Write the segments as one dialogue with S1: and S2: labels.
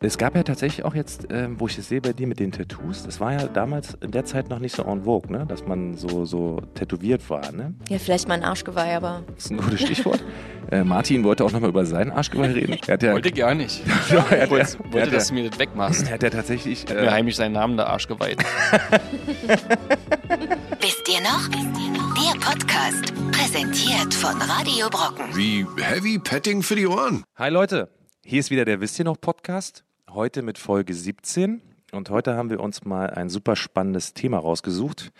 S1: Es gab ja tatsächlich auch jetzt, ähm, wo ich es sehe bei dir mit den Tattoos, das war ja damals in der Zeit noch nicht so en vogue, ne? dass man so, so tätowiert war. Ne?
S2: Ja, vielleicht mal ein Arschgeweih, aber
S1: Das ist ein gutes Stichwort. äh, Martin wollte auch nochmal über seinen Arschgeweih reden. Er hat ja,
S3: Wollte gar nicht.
S1: ja, er hat, ja, er
S3: Wollte, wollte
S1: hat, ja,
S3: dass du mir das wegmachst.
S1: er hat ja tatsächlich.
S3: Mir
S1: Äh,
S3: heimlich seinen Namen der Arsch geweiht.
S4: Wisst ihr noch? Der Podcast, präsentiert von Radio Brocken.
S5: Wie heavy petting für die Ohren.
S1: hi Leute, hier ist wieder der Wisst ihr noch Podcast. Heute mit Folge 17. Und heute haben wir uns mal ein super spannendes Thema rausgesucht.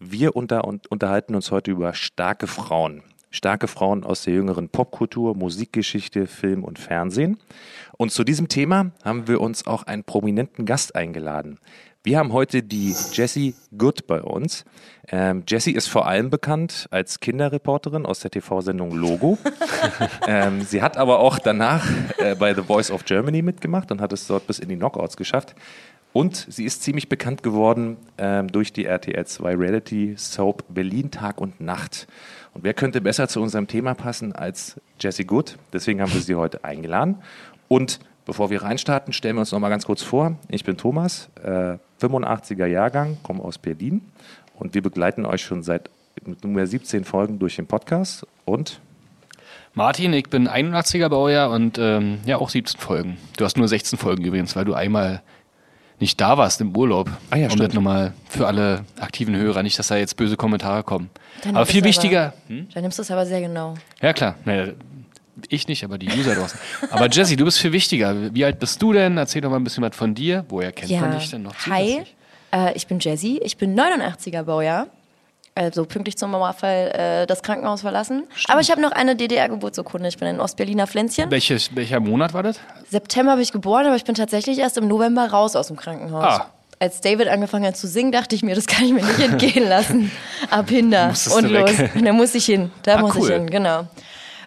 S1: Wir unter, und unterhalten uns heute über starke Frauen. Starke Frauen aus der jüngeren Popkultur, Musikgeschichte, Film und Fernsehen. Und zu diesem Thema haben wir uns auch einen prominenten Gast eingeladen. Wir haben heute die Jessie Good bei uns. Ähm, Jessie ist vor allem bekannt als Kinderreporterin aus der TV-Sendung Logo. ähm, sie hat aber auch danach äh, bei The Voice of Germany mitgemacht und hat es dort bis in die Knockouts geschafft. Und sie ist ziemlich bekannt geworden ähm, durch die RTL 2 Reality Soap Berlin Tag und Nacht. Und wer könnte besser zu unserem Thema passen als Jessie Good? Deswegen haben wir sie heute eingeladen. Und bevor wir reinstarten, stellen wir uns noch mal ganz kurz vor. Ich bin Thomas, äh, 85er Jahrgang, komme aus Berlin und wir begleiten euch schon seit nunmehr 17 Folgen durch den Podcast und
S3: Martin, ich bin 81er Baujahr und ähm, ja, auch 17 Folgen. Du hast nur 16 Folgen übrigens, weil du einmal nicht da warst im Urlaub.
S1: Ah ja,
S3: um
S1: stimmt.
S3: das nochmal für alle aktiven Hörer, nicht, dass da jetzt böse Kommentare kommen.
S2: Dann
S3: aber
S2: ist
S3: viel
S2: aber-
S3: wichtiger, hm?
S2: dann nimmst du es aber sehr genau.
S3: ja klar, naja, ich nicht, aber die User draußen. Aber Jesse, du bist viel wichtiger. Wie alt bist du denn? Erzähl doch mal ein bisschen was von dir. Woher kennt man dich denn noch?
S2: Hi,
S3: zusätzlich?
S2: äh, ich bin Jessie, ich bin 89er Baujahr. Also pünktlich zum Mauerfall äh, das Krankenhaus verlassen. Aber ich habe noch eine DDR-Geburtsurkunde. Ich bin ein Ostberliner Pflänzchen.
S3: Welches, welcher Monat war das?
S2: September bin ich geboren, aber ich bin tatsächlich erst im November raus aus dem Krankenhaus.
S3: Ah.
S2: Als David angefangen hat zu singen, dachte ich mir, das kann ich mir nicht entgehen lassen. Ab hinter
S3: Musstest
S2: und
S3: du weg.
S2: los. Und da muss ich hin. Da
S3: Ah,
S2: muss ich
S3: cool.
S2: hin, genau.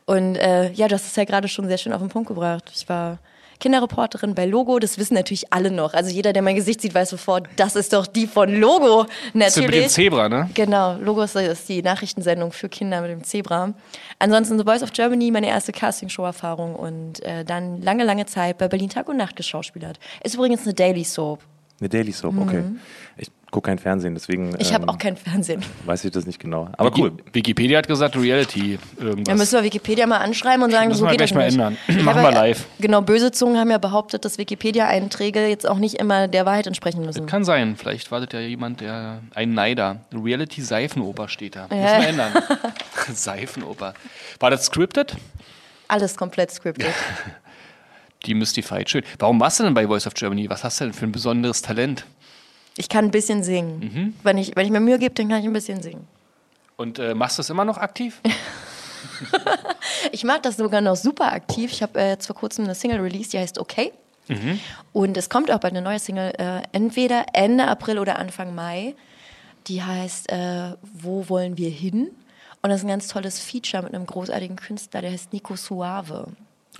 S2: Und äh, ja, du hast es ja gerade schon sehr schön auf den Punkt gebracht. Ich war Kinderreporterin bei Logo, das wissen natürlich alle noch. Also jeder, der mein Gesicht sieht, weiß sofort, das ist doch die von Logo.
S3: Bist du mit dem
S2: Natürlich.
S3: Zebra, ne?
S2: Genau, Logos ist die Nachrichtensendung für Kinder mit dem Zebra. Ansonsten The Voice of Germany, meine erste Castingshow-Erfahrung und äh, dann lange, lange Zeit bei Berlin Tag und Nacht geschauspielert. Ist übrigens eine Daily Soap.
S1: eine Daily Soap. Okay. Ich gucke kein Fernsehen, deswegen
S2: Mhm. Ich
S1: ähm,
S2: habe auch kein Fernsehen.
S1: weiß ich das nicht genau. Aber
S3: Wiki-
S1: cool.
S3: Wikipedia hat gesagt Reality irgendwas.
S2: Da müssen wir Wikipedia mal anschreiben und sagen,
S3: Müssen
S2: so
S3: wir
S2: geht
S3: gleich
S2: das
S3: mal
S2: nicht.
S3: ändern.
S2: Ich
S3: Machen
S2: habe
S3: wir
S2: ja-
S3: live.
S2: Genau, böse Zungen haben ja behauptet, dass Wikipedia-Einträge jetzt auch nicht immer der Wahrheit entsprechen müssen.
S3: Kann sein, vielleicht wartet ja jemand, der ein Neider. Reality Seifenoper steht da. Müssen wir ändern. Seifenoper. War das scripted?
S2: Alles komplett scripted.
S3: Die Mystified, schön. Warum warst du denn bei Voice of Germany? Was hast du denn für ein besonderes Talent?
S2: Ich kann ein bisschen
S3: Mhm.
S2: singen. Wenn, ich, wenn ich mir Mühe gebe, dann kann ich ein bisschen singen.
S3: Und äh, machst du es immer noch aktiv?
S2: Ich mag das sogar noch super aktiv. Ich habe äh, jetzt vor kurzem eine Single released, die heißt Okay.
S3: Mhm.
S2: Und es kommt auch bald eine neue Single, äh, entweder Ende April oder Anfang Mai. Die heißt äh, Wo wollen wir hin? Und das ist ein ganz tolles Feature mit einem großartigen Künstler, der heißt Nico Suave.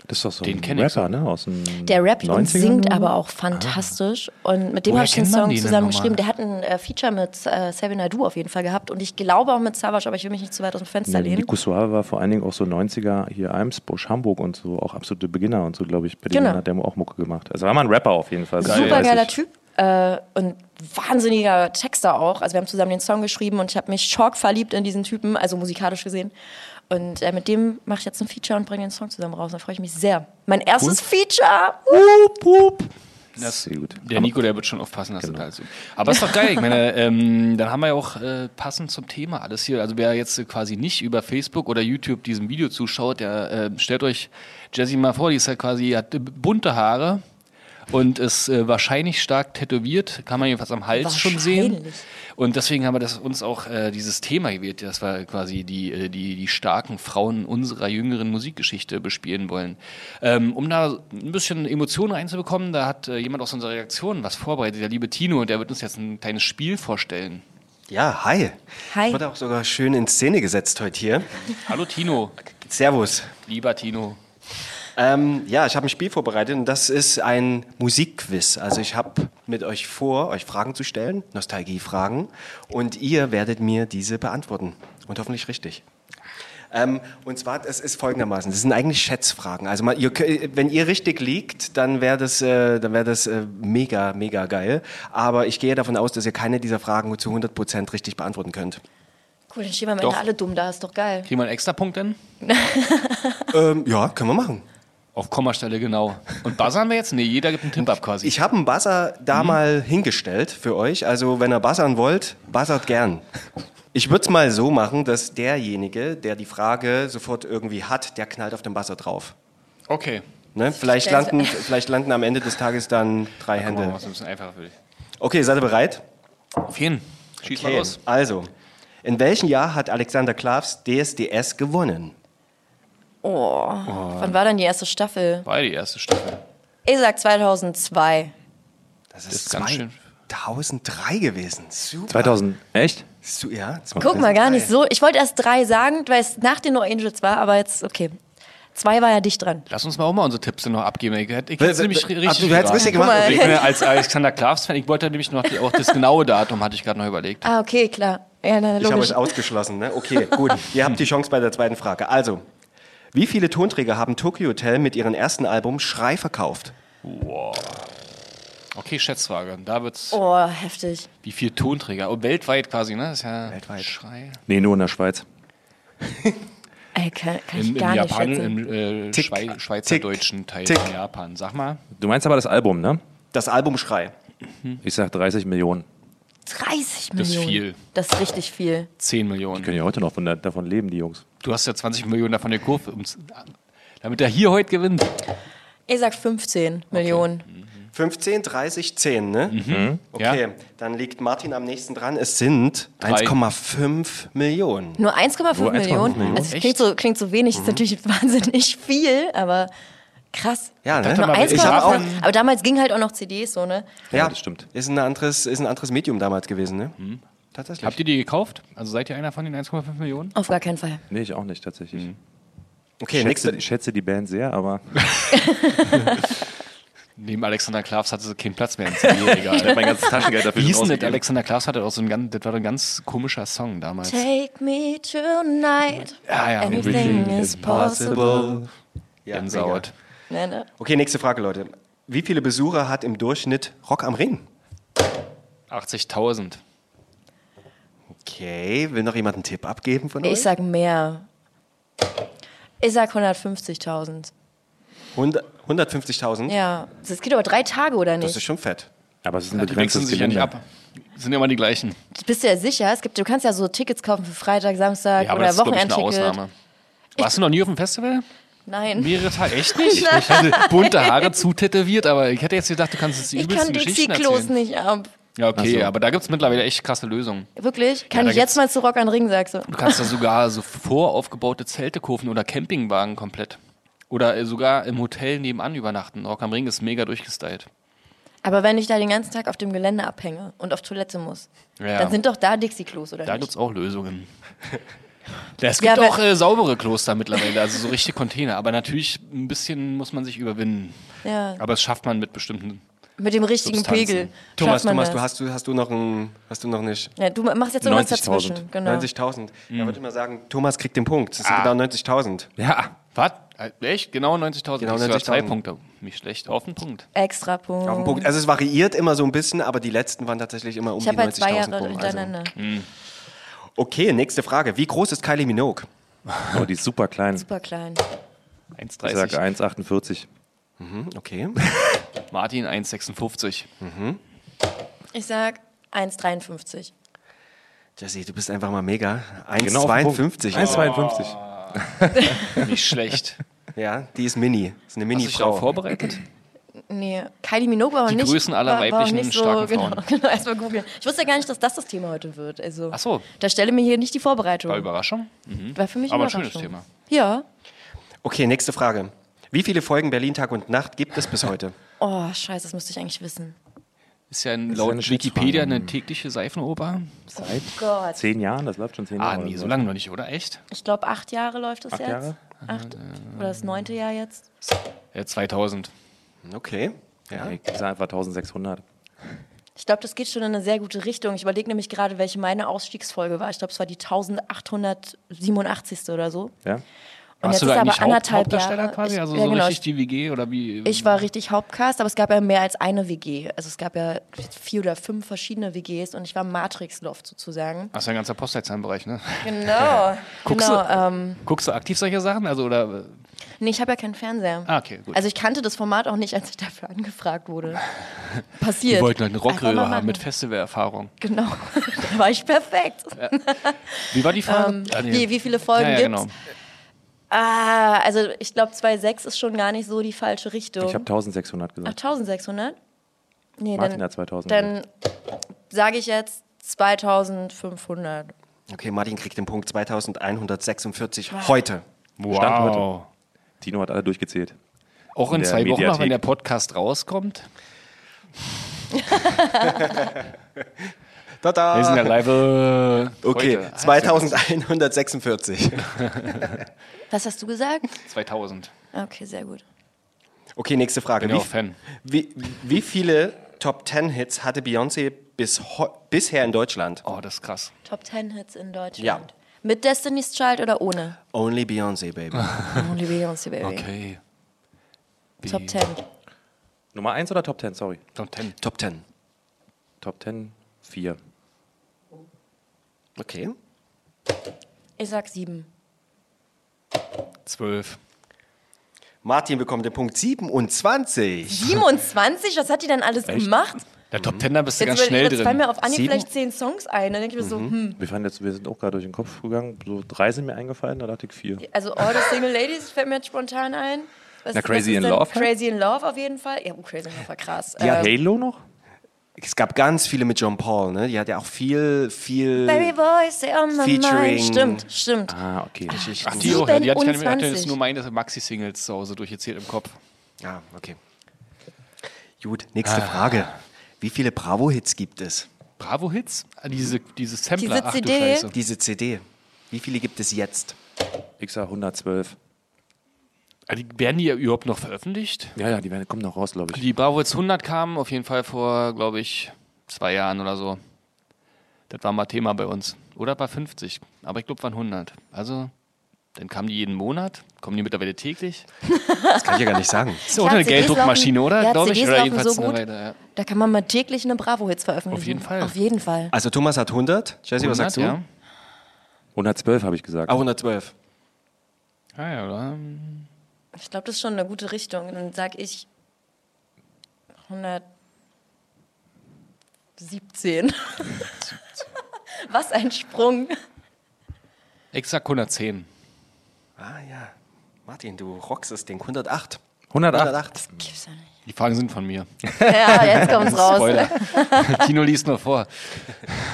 S1: Das ist doch so
S3: Den
S1: ein
S3: kenn ich
S1: Rapper, ne? Aus dem
S2: Der rappt
S1: 90ern?
S2: und singt aber auch fantastisch. Und mit dem
S3: Woher
S2: habe ich den
S3: kennt man
S2: Song
S3: die denn
S2: zusammen geschrieben. Der
S3: nochmal?
S2: hat ein äh, Feature mit äh, Sabine Nadu auf jeden Fall gehabt. Und ich glaube auch mit Savage, aber ich will mich nicht zu weit aus dem Fenster lehnen.
S1: Nico Suave war vor allen Dingen auch so 90er hier Eimsbusch, Hamburg und so, auch absolute Beginner und so, glaube ich. Bei denen
S2: Genau.
S1: hat der auch Mucke gemacht. Also war mal ein Rapper auf jeden Fall. das
S2: Super
S1: weiß
S2: geiler
S1: ich.
S2: Typ äh, und wahnsinniger Texter auch. Also wir haben zusammen den Song geschrieben und ich habe mich schock verliebt in diesen Typen, also musikalisch gesehen. Und äh, mit dem mache ich jetzt ein Feature und bringe den Song zusammen raus. Da freue ich mich sehr. Mein erstes Feature.
S1: Hup, hup.
S3: Das-
S1: Sehr gut.
S3: Der Nico, der wird schon aufpassen, dass du dazu. Aber ist doch geil. Ich meine, ähm, dann haben wir ja auch äh, passend zum Thema alles hier. Also wer jetzt äh, quasi nicht über Facebook oder YouTube diesem Video zuschaut, der äh, stellt euch Jessie mal vor, die ist ja quasi hat äh, bunte Haare und ist äh, wahrscheinlich stark tätowiert, kann man jedenfalls am Hals schon sehen.
S2: Wahrscheinlich.
S3: Und deswegen haben wir das uns auch äh, dieses Thema gewählt, dass wir quasi die, äh, die, die starken Frauen unserer jüngeren Musikgeschichte bespielen wollen. Ähm, um da ein bisschen Emotionen reinzubekommen, da hat äh, jemand aus unserer Redaktion was vorbereitet, der liebe Tino, und der wird uns jetzt ein kleines Spiel vorstellen.
S6: Ja, hi.
S2: Hi.
S6: Wurde auch sogar schön in Szene gesetzt heute hier.
S3: Hallo Tino,
S6: Servus.
S3: lieber Tino.
S6: Ähm, ja, ich habe ein Spiel vorbereitet und das ist ein Musikquiz. Also ich habe mit euch vor, euch Fragen zu stellen, Nostalgiefragen, und ihr werdet mir diese beantworten und hoffentlich richtig. Ähm, und zwar, das ist folgendermaßen, das sind eigentlich Schätzfragen. Also mal, ihr, kö- wenn ihr richtig liegt, dann wäre das, äh, dann wäre das äh, mega, mega geil. Aber ich gehe davon aus, dass ihr keine dieser Fragen zu 100% richtig beantworten könnt.
S2: Cool, dann stehen wir am Ende
S3: Doch.
S2: alle dumm da, ist doch geil.
S3: Kriegen wir einen extra Punkt denn?
S6: Ähm, ja, können wir machen.
S3: Auf Kommastelle, genau. Und buzzern wir jetzt? Nee, jeder gibt einen Tipp ab quasi.
S6: Ich habe einen Buzzer da
S3: Mhm.
S6: mal hingestellt für euch. Also, wenn ihr buzzern wollt, buzzert gern. Ich würde es mal so machen, dass derjenige, der die Frage sofort irgendwie hat, der knallt auf den Buzzer drauf.
S3: okay.
S6: Ne? Vielleicht,
S2: stell's-
S6: landen, vielleicht landen am Ende des Tages dann drei
S3: Machen wir
S6: Hände.
S3: es ein bisschen einfacher für dich.
S6: Okay, seid ihr bereit?
S3: Auf jeden. Schieß mal los.
S6: Also, in welchem Jahr hat Alexander Klavs DSDS gewonnen?
S2: Oh, wann war denn die erste Staffel?
S3: War ja die erste Staffel.
S2: Ich sag 2002.
S6: Das ist,
S3: ganz schön.
S6: 2003 gewesen. Super.
S1: 2000, echt?
S6: Su- Ja,
S2: Guck mal, gar nicht so. Ich wollte erst drei sagen, weil es nach den No Angels war, aber jetzt, okay. Zwei war ja dicht dran.
S3: Lass uns mal auch mal unsere Tipps denn noch abgeben. Ich hätte ich hätte es nämlich ri-
S6: Ach,
S3: richtig
S6: Ah, du hättest richtig
S3: geraten.
S2: Guck
S6: gemacht.
S2: mal.
S6: Okay.
S3: Ich bin ja als Alexander Klavs-Fan, ich wollte nämlich noch die, auch das genaue Datum, hatte ich gerade noch überlegt.
S2: Ah, okay, klar. Ja, na,
S6: Ich habe
S2: logisch.
S6: euch ausgeschlossen, ne? Okay, gut. Ihr habt die Chance bei der zweiten Frage. Also, wie viele Tonträger haben Tokyo Hotel mit ihrem ersten Album Schrei verkauft?
S3: Okay, Schätzfrage. Da wird's.
S2: Oh, heftig.
S3: Wie viel Tonträger? Oh, weltweit quasi, ne? Das ist ja
S6: Weltweit.
S3: Schrei.
S1: Nee, nur in der Schweiz.
S2: Ey, kann, kann ich
S3: Im,
S2: gar
S3: im
S2: nicht
S3: Japan,
S2: schätzen.
S3: im äh,
S6: Tick,
S3: Schwei
S6: tick,
S3: Schweizerdeutschen Teil
S6: tick.
S3: von Japan. Sag mal.
S1: Du meinst aber das Album, ne?
S6: Das Album Schrei.
S1: Ich sag 30 Millionen.
S2: 30
S3: Das ist
S2: Millionen.
S3: viel.
S2: Das ist richtig viel.
S3: 10 Millionen.
S1: Können ja heute noch von der, davon leben, die Jungs.
S3: Du hast ja 20 Millionen davon gekauft, um's- damit er hier heute gewinnt.
S2: Ich sag 15 Millionen.
S3: Hm.
S6: 15, 30, 10, ne? Okay,
S3: Mhm. Ja.
S6: dann liegt Martin am nächsten dran. Es sind
S3: Drei.
S6: 1,5 Millionen.
S2: Nur 1,5
S1: Nur 1,5
S2: Millionen. Mhm.
S1: Millionen?
S2: Also es
S3: Echt?
S2: klingt so, klingt so wenig, ist natürlich wahnsinnig viel, aber krass.
S6: Ja, ne?
S2: Nur
S3: mal,
S6: Ich
S2: 1,5
S6: hab auch,
S2: Millionen. Aber damals ging halt auch noch CDs so, ne?
S1: Ja,
S6: ja,
S1: das stimmt.
S6: Ist ein anderes, ist ein anderes Medium damals gewesen, ne? Tatsächlich.
S3: Mhm. Habt ihr die gekauft? Also seid ihr einer von den 1,5 Millionen?
S2: Auf gar keinen Fall.
S1: Nee, ich auch nicht, tatsächlich. Ich,
S6: okay,
S1: schätze,
S6: nächste.
S1: ich schätze die Band sehr, aber
S3: Neben Alexander Klavs hatte sie keinen Platz mehr im CD-Regal.
S1: mein ganzes Taschengeld dafür
S3: Wie hieß denn das? Alexander Klavs hatte auch so ein ganz, das war doch ein ganz komischer Song damals.
S2: Take me tonight.
S3: Ja, ja.
S2: Anything is possible.
S6: Ja, mega.
S3: Gänsehaut.
S2: Ne, ne?
S6: Okay, nächste Frage, Leute. Wie viele Besucher hat im Durchschnitt Rock am Ring?
S3: 80.000.
S6: Okay, will noch jemand einen Tipp abgeben von euch?
S2: Ich sag mehr. Ich sag 150.000.
S6: 100 150.000?
S2: Ja, das geht aber drei Tage oder
S6: Das ist
S2: nicht?
S6: schon fett.
S1: Aber es ist ein
S3: Die wechseln
S1: begrenztes
S3: sich ja nicht
S1: Gelände.
S3: ab. Sind ja immer die gleichen.
S2: Bist du ja sicher? Es gibt, du kannst ja so Tickets kaufen für Freitag, Samstag
S3: Ja, aber
S2: oder
S3: das ist, glaube ich, eine
S2: Wochenendticket.
S3: Ausnahme. Warst du noch nie auf dem Festival?
S2: Nein.
S3: Mehrere Tage? Echt nicht? Ich hatte bunte Haare zutätowiert, aber ich hätte jetzt gedacht, du kannst jetzt die
S2: Ich
S3: übelsten
S2: kann Dixie
S3: Geschichten
S2: Klos
S3: erzählen.
S2: nicht ab.
S3: Ja, okay,
S1: Ach so.
S3: aber da gibt es mittlerweile echt krasse Lösungen.
S2: Wirklich? Kann
S3: da
S2: ich jetzt
S3: gibt's-
S2: mal zu Rock an Ring, sagst du?
S3: Du kannst da sogar so voraufgebaute Zelte kaufen oder Campingwagen komplett. Oder äh, sogar im Hotel nebenan übernachten. Rock am Ring ist mega durchgestylt.
S2: Aber wenn ich da den ganzen Tag auf dem Gelände abhänge und auf Toilette muss,
S3: Ja.
S2: dann sind doch da Dixie-Klos, oder
S3: Da gibt
S2: nicht?
S3: es auch Lösungen. Es
S2: Ja,
S3: gibt
S2: aber-
S3: auch äh, saubere Kloster mittlerweile, also so richtige Container. Aber natürlich ein bisschen muss man sich überwinden.
S2: Ja,
S3: Aber das schafft man mit bestimmten.
S2: mit dem richtigen
S3: Substanzen.
S2: Pegel.
S6: Thomas,
S2: schafft man
S6: Thomas,
S2: das.
S6: du hast, du hast du noch ein, hast du noch nicht?
S2: Ja, du machst jetzt irgendwas
S1: 90.000.
S2: dazwischen. Genau.
S6: 90.000.
S3: Mhm.
S6: Da würde ich mal sagen, Thomas kriegt den Punkt.
S3: Ah.
S6: Das sind genau 90.000.
S3: Ja. Was? Äh, Echt? Genau 90.000.
S6: Genau
S3: Genau 90 zwei
S6: 90.000.
S3: Punkte. Nicht schlecht. Auf den Punkt.
S2: Extra Punkt.
S6: Auf den Punkt. Also es variiert immer so ein bisschen, aber die letzten waren tatsächlich immer
S2: Oh.
S6: um
S2: ich
S6: die
S2: habe halt zwei
S6: 90.000
S2: Jahre
S6: rum. Also,
S2: hintereinander.
S3: Mhm.
S6: okay, nächste Frage. Wie groß ist Kylie Minogue?
S1: Aber die ist super klein.
S2: Super klein.
S1: Ich sag
S3: 1,30.
S1: 1,48.
S6: Hm, Okay.
S3: Martin 1,56.
S2: Ich sag 1,53.
S6: Jesse, du bist einfach mal
S3: Genau
S6: mega.
S1: auf den Punkt.
S3: Oh.
S6: 1,52.
S1: 1,52.
S3: Nicht schlecht.
S6: Ja, die ist Mini. Ist eine
S3: Hast du dich darauf
S6: Mini-Frau.
S3: vorbereitet?
S2: Nee, Kylie Minogue war auch
S3: Die
S2: nicht.
S3: Größen aller
S2: war, war auch
S3: weiblichen
S2: nicht so,
S3: starken
S2: genau,
S3: Frauen.
S2: Genau, erstmal googeln. Ich wusste ja gar nicht, dass das das Thema heute wird. Also,
S3: Ach so.
S2: Da stelle mir hier nicht die Vorbereitung.
S3: War Überraschung.
S2: War für mich
S3: Aber ein
S2: Überraschung.
S3: schönes Thema.
S2: Ja.
S6: Okay, nächste Frage. Wie viele Folgen Berlin Tag und Nacht gibt es bis heute?
S2: Oh, scheiße, das müsste ich eigentlich wissen.
S3: Ist ja in,
S1: Ist
S3: laut
S1: eine
S3: Wikipedia
S1: Schätzfrage.
S3: eine tägliche Seifenoper.
S1: Seit
S2: Oh Gott.
S1: zehn Jahren, das läuft schon zehn
S3: Ah,
S1: Jahre.
S3: nee, so lange noch nicht, oder? Echt?
S2: Ich glaube, acht Jahre läuft das
S1: Acht
S2: jetzt.
S1: Jahre?
S2: Acht oder das neunte Jahr jetzt.
S3: Äh, 2000.
S6: Okay. Ja.
S1: Ich sag einfach 1600.
S2: Ich glaube, das geht schon in eine sehr gute Richtung. Ich überlege nämlich gerade, welche meine Ausstiegsfolge war. Ich glaube, es war die 1887. oder so.
S1: Ja?
S2: Und
S3: Warst du da eigentlich Haupt, Hauptdarsteller
S2: Jahre-
S3: quasi?
S2: Ich-
S3: Also
S2: ja,
S3: so
S2: genau,
S3: richtig die WG oder wie?
S2: Ich war richtig Hauptcast, aber es gab ja mehr als eine WG. Also es gab ja vier oder fünf verschiedene WGs und ich war Matrix-Loft sozusagen.
S3: Ach, so ein ganzer Postleitzahlenbereich, ne?
S2: Genau.
S3: Guckst
S2: genau
S3: du-
S2: ähm,
S3: Guckst du aktiv solche Sachen? Also oder
S2: nee, ich habe ja keinen Fernseher.
S3: Ah, okay, gut.
S2: Also ich kannte das Format auch nicht, als ich dafür angefragt wurde. Passiert.
S3: wir wollten halt einen
S2: Einfach Ah, mal
S3: Rockröhre haben
S2: machen.
S3: mit Festivalerfahrung.
S2: Genau, da war ich perfekt.
S3: Wie war die Frage?
S2: Ähm,
S3: Ah, nee.
S2: wie, wie viele Folgen
S3: ja, ja,
S2: gibt's?
S3: genau.
S2: Ah, also ich glaube 2,6 ist schon gar nicht so die falsche Richtung.
S1: Ich habe 1600
S2: Ach,
S1: gesagt.
S2: 1600? Nee,
S1: Martin
S2: dann,
S1: hat 2000
S2: Dann sage ich jetzt 2500.
S6: Okay, Martin kriegt den Punkt 2146 heute.
S1: Stand
S3: Wow.
S1: Tino hat alle durchgezählt.
S3: Auch in,
S1: der
S3: zwei Wochen, noch,
S1: Mediathek.
S3: wenn der Podcast rauskommt.
S6: Tada!
S3: Wir sind ja live. äh,
S6: okay,
S3: heute. Ah,
S6: 2146.
S2: Was hast du gesagt?
S3: 2000.
S2: Okay, sehr gut.
S6: Okay, nächste Frage.
S3: Bin ja auch Fan.
S6: Wie, wie viele Top 10 Hits hatte Beyoncé bis, heu- bisher in Deutschland?
S3: Oh, das ist krass.
S2: Top 10 Hits in Deutschland.
S6: Ja.
S2: Mit Destiny's Child oder ohne?
S6: Only Beyoncé, Baby.
S2: Only Beyoncé, Baby.
S3: Okay.
S2: Top 10.
S1: Nummer 1 oder Top 10? Sorry.
S3: Top 10.
S6: Top 10.
S1: Top 10, 4.
S6: Okay.
S2: Ich sag 7.
S3: 12.
S6: Martin bekommt den Punkt 27.
S2: 27? Was hat die denn alles gemacht?
S3: Der
S6: Mhm.
S3: Top 10, da bist du
S2: Jetzt,
S3: ganz
S2: über-
S3: schnell
S2: jetzt fallen
S3: drin.
S2: mir auf Anhieb
S3: Sieben?
S2: vielleicht 10 Songs ein. Dann denke ich mir so, hm.
S1: Wir, fanden jetzt, wir sind auch gerade durch den Kopf gegangen. So drei sind mir eingefallen, da dachte ich vier.
S2: Also All the Single Ladies fällt mir jetzt spontan ein.
S1: Na,
S2: Was, was
S1: Crazy
S2: ist
S1: in
S2: denn-
S1: Love halt?
S2: Crazy in Love auf jeden Fall. Ja, oh, Crazy in Love war krass.
S1: Ja,
S2: Ähm,
S1: Halo noch?
S6: Es gab ganz viele mit John Paul, ne? Die hat ja auch viel, viel.
S2: Baby Boy, stay on my
S6: Featuring-
S2: mind. Stimmt, stimmt.
S1: Ah, okay.
S3: Ach, die auch, ja. Die hatte ich keine- hatte jetzt
S2: 27.
S3: nur meine Maxi-Singles zu Hause durchgezählt im Kopf.
S6: Ja, Ah, okay. Gut, nächste
S3: Ah.
S6: Frage. Wie viele Bravo-Hits gibt es?
S3: Bravo-Hits? Ah, Diese, diese Sampler.
S2: Diese
S3: Ach du
S2: CD?
S3: Scheiße.
S6: Diese CD. Wie viele gibt es jetzt?
S1: Ich sag 112.
S3: Ah, die, werden die ja überhaupt noch veröffentlicht?
S1: Ja, ja, die werden, kommen noch raus, glaube ich.
S3: Die Bravo Hits 100 kamen auf jeden Fall vor, glaube ich, zwei Jahren oder so. Das war mal Thema bei uns. Oder bei 50. Aber ich glaube, waren 100. Also, dann kamen die jeden Monat. Kommen die mittlerweile täglich?
S6: Das kann ich ja gar nicht sagen.
S3: Ist ja auch eine
S2: CDs
S3: Gelddruckmaschine,
S2: laufen-
S3: oder?
S2: Ja,
S3: Glaube ich.
S2: CDs
S3: Oder
S2: laufen
S3: jedenfalls
S2: so
S3: eine
S2: gut.
S3: Weile, ja.
S2: Da kann man mal täglich eine Bravo-Hits veröffentlichen.
S3: Auf jeden Fall.
S2: Auf jeden Fall.
S6: Also Thomas hat 100. Jesse, was
S3: 100,
S6: sagst du?
S3: Ja.
S1: 112 habe ich gesagt.
S6: Auch 112.
S3: Ah, ja, oder?
S2: Ich glaube, das ist schon eine gute Richtung. Dann sag ich 117. Was ein Sprung.
S3: Ich sag 110.
S6: Ah ja. Martin, du rockst das Ding. 108.
S1: 108.
S6: 108.
S2: Gibt's ja nicht.
S3: Die Fragen sind von mir.
S2: Ja, jetzt kommt's raus.
S3: Spoiler. Tino liest nur vor.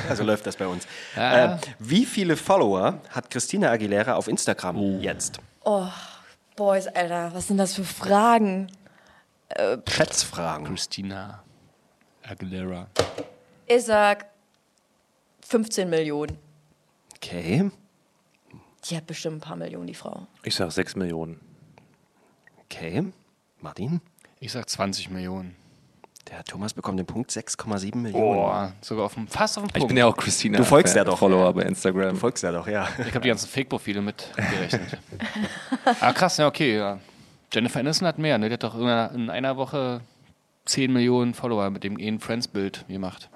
S6: Also läuft das bei uns. Äh, wie viele Follower hat Christina Aguilera auf Instagram jetzt?
S2: Boys, Alter, was sind das für Fragen?
S6: Schätzfragen.
S3: Christina Aguilera.
S2: Ich sag 15 Millionen.
S6: Okay.
S2: Die hat bestimmt ein paar Millionen, die Frau.
S1: Ich sag 6 Millionen.
S6: Okay. Martin?
S3: Ich sag 20 Millionen.
S6: Der Thomas bekommt den Punkt 6,7 Millionen.
S3: Boah, sogar auf dem, fast auf dem Punkt.
S1: auch Christina.
S6: Du folgst ja doch.
S1: Follower bei Instagram.
S6: Folgst ja doch, ja.
S3: Ich habe die ganzen Fake-Profile mitgerechnet. ah, krass, ja, okay. Ja. Jennifer Aniston hat mehr, ne? Die hat doch in einer, in einer Woche 10 Millionen Follower mit dem Ian Friends-Bild gemacht.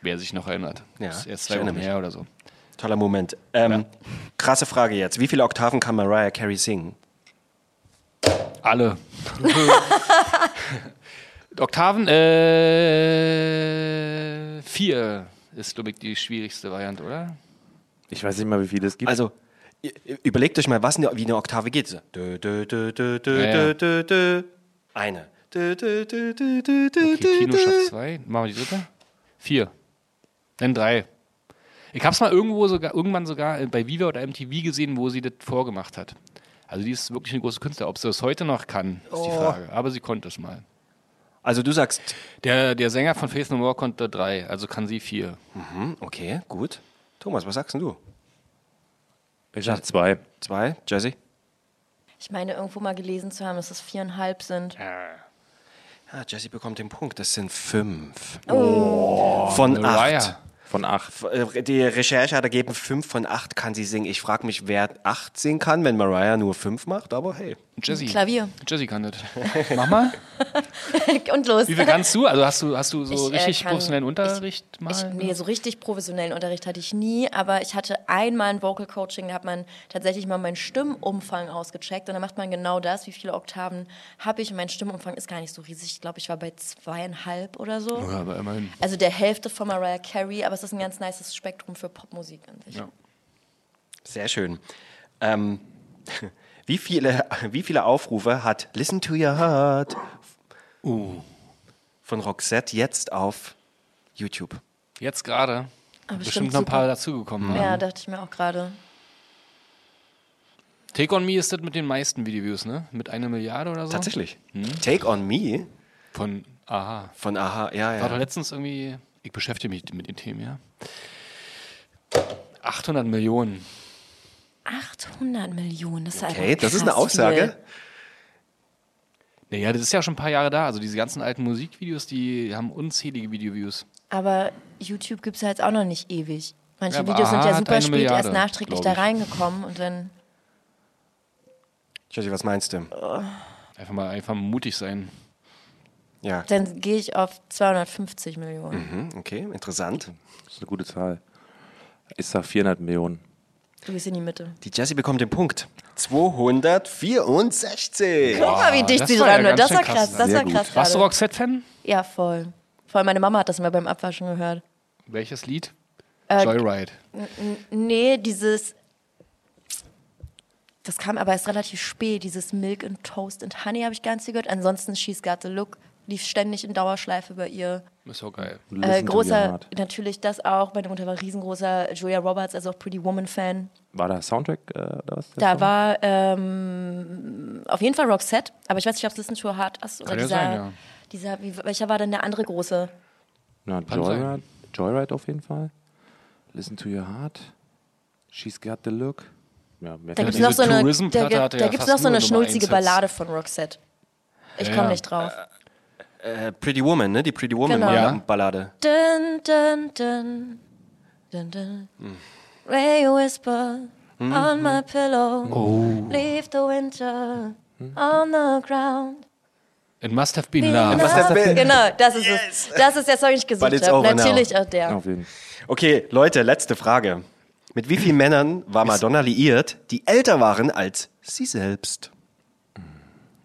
S3: Wer sich noch erinnert.
S6: Ja,
S3: das ist erst
S6: ich
S3: zwei
S6: erinnere
S3: Wochen
S6: mich.
S3: her oder so.
S6: Toller Moment. Ähm, Krasse Frage jetzt. Wie viele Oktaven kann Mariah Carey singen?
S3: Alle. Oktaven, äh, vier ist, glaube ich, die schwierigste Variante, oder?
S1: Ich weiß nicht mal, wie viele es gibt.
S6: Also, i- überlegt euch mal, was ne, wie eine Oktave geht. So. Dö, dö, dö, dö, dö,
S3: Ja, ja.
S6: dö, dö, dö. Eine. Dö, dö, dö, dö, dö, dö,
S3: Okay,
S6: dö,
S3: Tino schafft
S6: dö.
S3: zwei. Machen wir die dritte? Vier. Dann drei. Ich hab's mal irgendwo sogar, irgendwann sogar bei Viva oder MTV gesehen, wo sie das vorgemacht hat. Also die ist wirklich eine große Künstlerin. Ob sie das heute noch kann, ist die Frage. Aber sie konnte es mal.
S6: Also du sagst,
S3: Der, der Sänger von Face No More konnte drei, also kann sie vier.
S6: hm, okay, gut. Thomas, was sagst denn du?
S1: ich sag 2.
S6: Zwei, Jesse?
S2: Ich meine, irgendwo mal gelesen zu haben, dass es viereinhalb sind.
S6: Ja, Ah, Jesse bekommt den Punkt. Das sind fünf. Oh. Von acht.
S3: Mariah.
S1: Von acht.
S6: Äh, Die Recherche hat ergeben, fünf von acht kann sie singen. Ich frage mich, wer acht singen kann, wenn Mariah nur fünf macht, aber hey.
S3: Jesse.
S2: Klavier.
S3: Jesse kann das. Mach mal.
S2: Und los.
S3: Wie viel kannst du? Also hast du, hast du so
S2: Ich, äh,
S3: richtig
S2: kann-
S3: professionellen Unterricht
S2: ich,
S3: mal?
S2: Ich, nee, so richtig professionellen Unterricht hatte ich nie, aber ich hatte einmal ein Vocal Coaching, da hat man tatsächlich mal meinen Stimmumfang ausgecheckt und da macht man genau das, wie viele Oktaven habe ich und mein Stimmumfang ist gar nicht so riesig. Ich glaube, ich war bei zweieinhalb oder so.
S3: Ja, aber immerhin.
S2: Also der Hälfte von Mariah Carey, aber es ist ein ganz nices Spektrum für Popmusik an sich.
S6: Sehr schön. Ähm, wie, viele, wie viele Aufrufe hat Listen to Your Heart Uh, von Roxette jetzt auf YouTube?
S3: Jetzt gerade. Bestimmt,
S2: Ah, bestimmt
S3: noch ein paar
S2: super.
S3: dazugekommen. ne?
S2: Ja,
S3: Ja.
S2: dachte ich mir auch gerade.
S3: Take on Me ist das mit den meisten Videoviews, ne? Mit einer Milliarde oder so?
S6: Tatsächlich. Take on Me
S3: Von, aha.
S6: von Aha, ja,
S3: War doch
S6: ja.
S3: letztens irgendwie, ich beschäftige mich mit dem Thema, ja. 800 Millionen.
S2: 800 Millionen, das ist
S6: Okay,
S2: einfach
S6: das ist eine
S2: krass Viel.
S6: Aussage.
S3: Naja, das ist ja schon ein paar Jahre da. Also diese ganzen alten Musikvideos, die haben unzählige Videoviews.
S2: Aber YouTube gibt es ja jetzt auch noch nicht ewig. Manche
S3: Ja, aber
S2: Videos sind
S3: aha,
S2: ja
S3: hat
S2: super
S3: eine
S2: spät
S3: Milliarde,
S2: erst nachträglich
S3: glaub
S2: da
S3: ich.
S2: reingekommen und dann
S6: Josie, was meinst du?
S3: Einfach mal einfach mutig sein.
S6: Ja,
S2: Dann gehe ich auf 250 Millionen.
S3: Mhm.
S6: hm, okay, interessant.
S1: Das ist eine gute Zahl. Ich sag 400 Millionen.
S2: Du bist in die Mitte.
S6: Die Jessie bekommt den Punkt. 264.
S2: Guck mal, wie
S3: Boah,
S2: dicht
S3: das
S2: die
S3: war ja
S2: dran war.
S3: ganz
S2: Das war
S3: schön
S2: krass.
S3: krass.
S2: Das
S1: Sehr
S2: war
S1: gut.
S2: krass.
S3: Warst du
S2: gerade.
S3: Roxette-Fan?
S2: Ja, voll. Vor allem meine Mama hat das mal beim Abwaschen gehört.
S3: Welches Lied?
S2: Äh,
S3: Joyride.
S2: Nee, dieses. Das kam aber erst relativ spät. Dieses Milk and Toast and Honey habe ich ganz viel gehört. Ansonsten She's Got the Look lief ständig in Dauerschleife bei ihr.
S3: Ist auch geil.
S2: Äh,
S1: Listen to Your
S2: großer,
S1: Heart.
S2: natürlich das auch. Meine Mutter war riesengroßer Julia Roberts, also auch Pretty Woman Fan.
S1: War da Soundtrack äh, oder was?
S2: Da war ähm, auf jeden Fall Roxette, aber ich weiß nicht, ob es Listen to Your Heart ist oder
S3: Kann ja
S2: dieser,
S3: sein, ja.
S2: dieser wie, welcher war denn der andere große?
S1: Na,
S3: Kann
S1: Joyride, Joyride auf jeden Fall. Listen to your heart. She's got the look. Ja, mehr
S2: Da
S1: kann ich
S2: gibt
S1: nicht.
S2: es noch so eine,
S3: Tourism-Platte
S2: da, gibt-
S3: hatte
S2: da
S3: ja
S2: gibt's
S3: fast
S2: noch so
S3: nur
S2: eine
S3: Nummer
S2: schnulzige
S3: eins Hits.
S2: Ballade von Roxette. Ich
S3: Ja,
S2: komme
S3: ja.
S2: nicht drauf.
S6: Äh, Pretty Woman, ne? Die Pretty Woman
S2: Genau.
S3: Ja.
S6: Ballade.
S2: Dun, dun, dun, dun, dun. Ray whisper
S3: Hm,
S2: on my pillow.
S3: Oh.
S2: Leave the winter on the ground.
S3: It must have been love.
S6: must have been-
S2: Genau, das ist es. Das ist der Song, den ich gesucht
S6: it's
S2: habe.
S6: over now.
S2: Natürlich auch der.
S1: Auf jeden
S6: Okay, Leute, letzte Frage. Mit wie vielen Männern war Madonna liiert, die älter waren als sie selbst?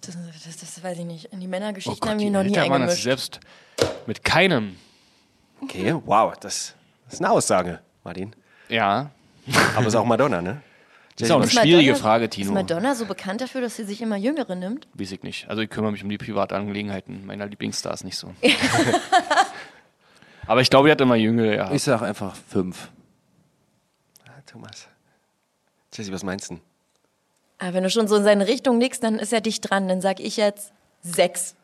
S2: Das, das, das weiß ich nicht. In die Männergeschichten
S3: Oh Gott,
S2: haben wir
S3: die
S2: noch nie
S3: Eltern waren das
S2: eingemischt.
S3: selbst mit keinem.
S6: Okay, wow, das ist eine Aussage, Martin.
S3: Ja.
S6: Aber ist auch Madonna, ne?
S3: Das ist auch eine
S2: Ist
S3: schwierige
S2: Madonna-
S3: Frage,
S2: Ist
S3: Tino.
S2: Madonna so bekannt dafür, dass sie sich immer Jüngere nimmt?
S3: Weiß ich nicht. Also ich kümmere mich um die Privatangelegenheiten meiner Lieblingsstars nicht so. Aber ich glaube, die hat immer jüngere, ja.
S1: Ich sag einfach fünf.
S6: Ah, Thomas. Jesse, was meinst du?
S2: Aber wenn du schon so in seine Richtung nickst, dann ist er dicht dran. Dann sag ich jetzt sechs.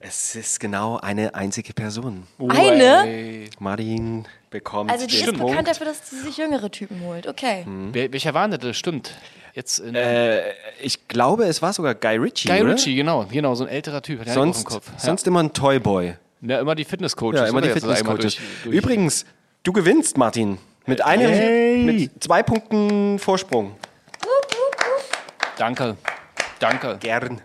S6: Es ist genau eine einzige Person.
S3: Oh,
S2: Eine?
S6: Martin bekommt
S2: Also die
S6: den
S2: ist
S6: Punkt.
S2: bekannt dafür, dass sie sich jüngere Typen holt. Okay.
S3: Wel- Welcher war denn das? das? Stimmt. Jetzt in
S6: Ähm, Ich glaube, es war sogar Guy Ritchie,
S3: Guy
S6: oder?
S3: Ritchie, genau. Genau, so ein älterer Typ. Hat
S6: ne? Sonst,
S3: auch im Kopf.
S6: sonst immer ein Toyboy.
S3: ja. Ja, immer die Fitnesscoaches.
S6: Ja, immer
S3: oder?
S6: die
S3: Jetzt einmal
S6: Fitnesscoaches.
S3: durch- durch-
S6: Übrigens, du gewinnst, Martin. Mit einem, mit zwei Punkten Vorsprung.
S3: Danke. Danke.
S6: Gern.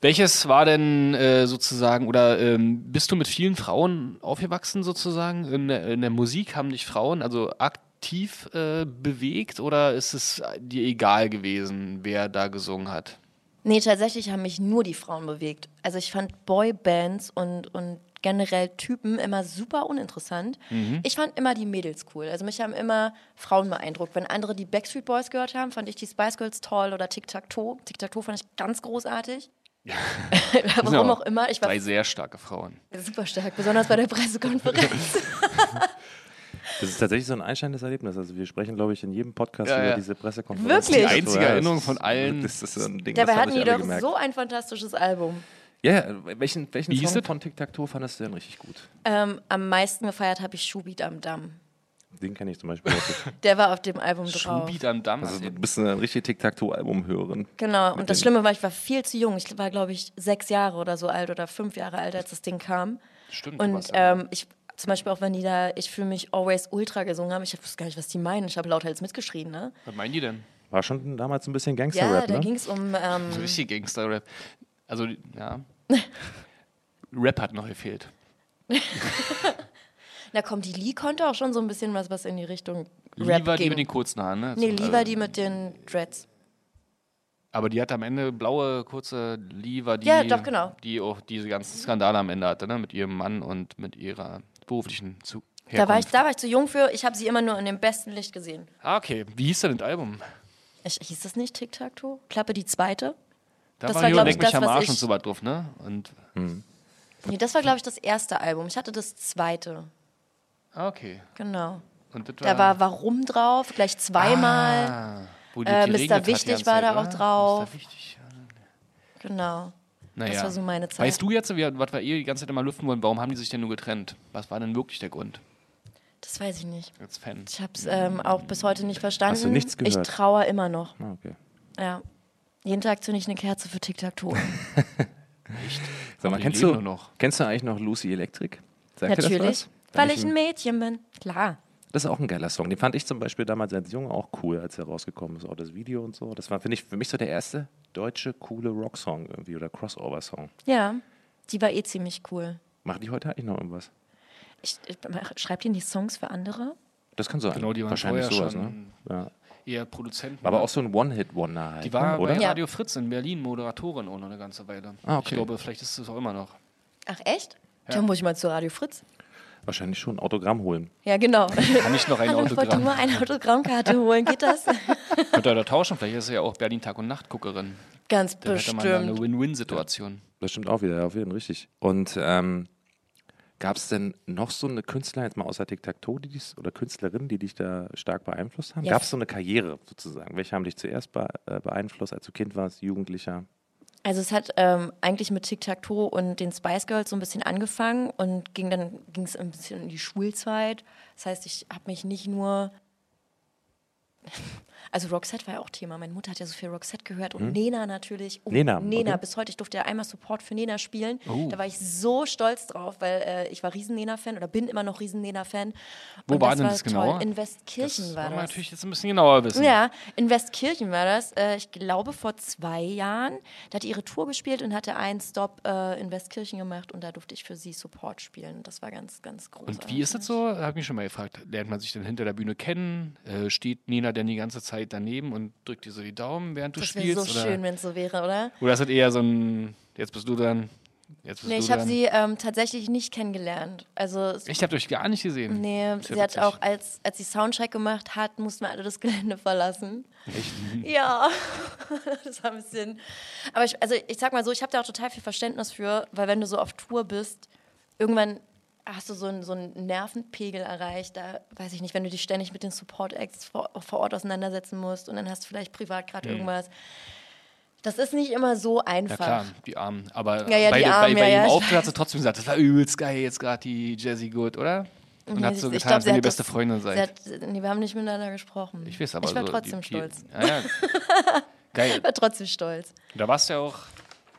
S3: Welches war denn äh, sozusagen, oder ähm, bist du mit vielen Frauen aufgewachsen sozusagen? In der, in der Musik haben dich Frauen also aktiv äh, bewegt oder ist es äh, dir egal gewesen, wer da gesungen hat?
S2: Nee, tatsächlich haben mich nur die Frauen bewegt. Also ich fand Boybands und, und generell Typen immer super uninteressant.
S1: Mhm.
S2: Ich fand immer die Mädels cool. Also mich haben immer Frauen beeindruckt. Wenn andere die Backstreet Boys gehört haben, fand ich die Spice Girls toll oder Tic Tac Toe. Tic Tac Toe fand ich ganz großartig. Warum
S1: Genau.
S2: auch immer. Ich war
S3: Drei sehr starke Frauen.
S2: super stark, besonders bei der Pressekonferenz.
S1: Das ist tatsächlich so ein einschneidendes Erlebnis. Also wir sprechen, glaube ich, in jedem Podcast
S3: Ja,
S1: über
S3: ja.
S1: diese Pressekonferenz.
S2: Wirklich? Die
S1: Das ist
S3: einzige
S1: so, ja, das
S3: Erinnerung
S1: ist-
S3: von allen.
S1: Das ist so ein Ding,
S2: Dabei
S1: das haben
S2: hatten
S1: sich
S2: die
S1: alle
S2: doch
S1: gemerkt.
S2: so ein fantastisches Album.
S1: Ja, ja, welchen, welchen
S3: Wie hieß
S1: Song
S3: das?
S1: von Tic Tac Toe fandest du denn richtig gut?
S2: Ähm, am meisten gefeiert habe ich Schubit am Damm.
S1: Den kenne ich zum Beispiel auch nicht.
S2: Der war auf dem Album drauf.
S3: Schumbiet am Damm.
S1: Also, du bist ein richtig Tic-Tac-Toe-Album hören.
S2: Genau,
S1: Mit
S2: und das
S1: den-
S2: Schlimme war, ich war viel zu jung. Ich war, glaube ich, sechs Jahre oder so alt oder fünf Jahre alt, als das Ding kam.
S3: Stimmt, du
S2: Und
S3: warst ja-
S2: ähm, ich, zum Beispiel auch, wenn die da, ich fühle mich Always Ultra gesungen haben, ich wusste gar nicht, was die meinen. Ich habe lauthals mitgeschrien, ne?
S3: Was meinen die denn?
S1: War schon damals ein bisschen
S2: Ja,
S1: Gangster-Rap,
S2: da
S1: ne?
S2: ging es um,
S3: So
S2: ähm,
S3: richtig Gangster-Rap. Also, ja. Rap hat noch gefehlt.
S2: na komm, die Lee konnte auch schon so ein bisschen was, was in die Richtung Rap
S3: Lieber die
S2: ging.
S3: mit den kurzen Haaren, ne?
S2: nee,
S3: Also-
S2: lieber die mit den Dreads.
S3: Aber die hat am Ende blaue, kurze Liva, die,
S2: Ja, doch, genau.
S3: die auch diese ganzen Skandale am Ende hatte, ne? mit ihrem Mann und mit ihrer beruflichen Zu
S2: Da war, ich,
S3: Herkunft.
S2: da war ich zu jung für, ich habe sie immer nur in dem besten Licht gesehen.
S3: Ah, okay. Wie hieß denn das Album?
S2: Ich, hieß das nicht Tic-Tac-Toe? Klappe die zweite?
S3: Da
S2: Das
S3: war
S2: war,
S3: hier
S2: glaub
S3: Leck
S2: ich,
S3: mich
S2: das,
S3: am
S2: was
S3: Arsch
S2: ich-
S3: und so was drauf, ne? Und,
S2: Nee, das war, glaube ich, das erste Album. Ich hatte das zweite.
S3: ah, okay.
S2: Genau.
S3: Und das
S2: Da war Warum drauf, gleich zweimal.
S3: Ah, wo die
S2: äh,
S3: geregnet
S2: Mr.
S3: hat die ganze
S2: Wichtig
S3: Zeit,
S2: war da
S3: oder?
S2: auch drauf.
S3: Mr. Wichtig, ja.
S2: Genau.
S3: Naja.
S2: Das war so meine Zeit.
S3: Weißt du jetzt, wie- was wir ihr die ganze Zeit immer lüften wollen, warum haben die sich denn nur getrennt? Was war denn wirklich der Grund
S2: Das weiß ich nicht.
S3: als Fan?
S2: Ich habe es ähm, auch bis heute nicht verstanden.
S1: Hast du nichts gehört?
S2: Ich trauer immer noch.
S1: Ah, okay.
S2: Ja. Jeden Tag zünde ich eine Kerze für Tic-Tac-Toe.
S1: Sag mal,
S3: Die
S1: kennst
S3: leben
S1: du,
S3: nur noch.
S1: kennst du eigentlich noch Lucy Electric? Sagt dir das
S2: Natürlich.
S1: was?
S2: Weil ich ein Mädchen bin. Klar.
S1: Das ist auch ein geiler Song. Den fand ich zum Beispiel damals als Junge auch cool, als er rausgekommen ist, auch das Video und so. Das war, finde ich, für mich so der erste deutsche coole Rocksong irgendwie oder Crossover-Song.
S2: Ja. Die war eh ziemlich cool.
S1: Machen die heute eigentlich noch irgendwas?
S2: Ich, ich, schreibt ihr die Songs für andere?
S1: Das kann sein.
S3: Genau, die waren
S1: Wahrscheinlich
S3: vorher
S1: sowas,
S3: schon-
S1: ne? Ja.
S3: Ihr Produzenten. ne?
S1: War aber auch so ein One-Hit-Wonder halt,
S3: Die war
S1: ne? oder?
S3: bei
S2: Ja.
S3: Radio Fritz in Berlin Moderatorin ohne eine ganze Weile.
S1: Ah, okay.
S3: Ich glaube, vielleicht ist es auch immer noch.
S2: Ach, echt? Dann muss ich mal zu Radio Fritz.
S1: Wahrscheinlich schon ein Autogramm holen.
S2: Ja, genau.
S3: Kann ich noch ein
S2: Hallo, ich wollte nur
S3: Autogramm?
S2: eine Autogrammkarte holen. Geht das?
S3: Könnt ihr da tauschen? Vielleicht ist sie ja auch Berlin Tag und Nacht Guckerin.
S2: Ganz
S3: Dann hätte man da eine
S2: bestimmt.
S3: Win-Win-Situation.
S1: Das stimmt auch wieder, ja, auf jeden Fall richtig. Und ähm, gab es denn noch so eine Künstlerin, jetzt mal außer Tic-Tac-Toe, die dies, oder Künstlerin, die dich da stark beeinflusst haben?
S2: Ja.
S1: Gab es so eine Karriere sozusagen? Welche haben dich zuerst be äh, beeinflusst, als du Kind warst, Jugendlicher?
S2: Also es hat ähm, eigentlich mit Tic-Tac-Toe und den Spice Girls so ein bisschen angefangen und ging dann ging es ein bisschen in die Schulzeit. Das heißt, ich habe mich nicht nur also Roxette war ja auch Thema. Meine Mutter hat ja so viel Roxette gehört
S3: Mhm.
S2: und Nena natürlich. Oh,
S1: Nena,
S2: Nena.
S1: okay.
S2: Bis heute, ich durfte ja einmal Support für Nena spielen.
S3: Oh.
S2: Da war ich so stolz drauf, weil äh, ich war Riesen-Nena-Fan oder bin immer noch Riesen-Nena-Fan.
S3: Wo
S2: Und
S3: war denn
S2: war
S3: das
S2: toll.
S3: genauer?
S2: In Westkirchen
S3: das
S2: war
S3: wollen wir
S2: das.
S3: natürlich jetzt ein bisschen genauer wissen.
S2: Ja, in Westkirchen war das. Äh, ich glaube vor zwei Jahren. Da hat ihre Tour gespielt und hatte einen Stop äh, in Westkirchen gemacht und da durfte ich für sie Support spielen. Das war ganz, ganz großartig.
S3: Und wie ist das so? Hab mich schon mal gefragt. Lernt man sich denn hinter der Bühne kennen? Äh, steht Nina denn die ganze Zeit daneben und drückt dir so die Daumen, während du
S2: Das wäre
S3: spielst?
S2: so
S3: oder?
S2: schön, wenn es so wäre, oder?
S3: oder ist das eher so ein, jetzt bist du dran, jetzt bist
S2: Nee,
S3: du
S2: ich habe
S3: dran?
S2: sie ähm, tatsächlich nicht kennengelernt. Also, es-
S3: ich habe euch gar nicht gesehen.
S2: nee,
S3: Ist ja
S2: sie hat
S3: witzig.
S2: auch, als, als sie Soundcheck gemacht hat, mussten wir alle das Gelände verlassen. Echt? Ja, das war ein bisschen. Aber ich, also ich sag mal so, ich habe da auch total viel Verständnis für, weil wenn du so auf Tour bist, irgendwann hast du so einen, so einen Nervenpegel erreicht. Da weiß ich nicht, wenn du dich ständig mit den Support-Acts vor, vor Ort auseinandersetzen musst und dann hast du vielleicht privat gerade irgendwas. Das ist nicht immer so
S3: Mhm. Ja
S2: einfach.
S3: klar, die Armen. Aber äh,
S2: Ja, ja,
S3: bei,
S2: die
S3: bei,
S2: Armen,
S3: bei
S2: ja,
S3: ihrem
S2: ja.
S3: Auftritt hat sie trotzdem gesagt, das war übelst geil jetzt gerade die Jazzy Good, oder? Und
S2: Nee,
S3: hat so
S2: sie- Mhm, ich
S3: getan, als
S2: glaub, sie
S3: wenn ihr
S2: hat
S3: beste
S2: das-
S3: Freundin
S2: sie
S3: seid.
S2: Hat, nee, wir haben nicht miteinander gesprochen.
S3: Ich weiß aber
S2: Ich war
S3: so,
S2: trotzdem
S3: die,
S2: stolz.
S3: Die, ja, ja. Geil.
S2: Ich war trotzdem stolz.
S3: Da warst du ja auch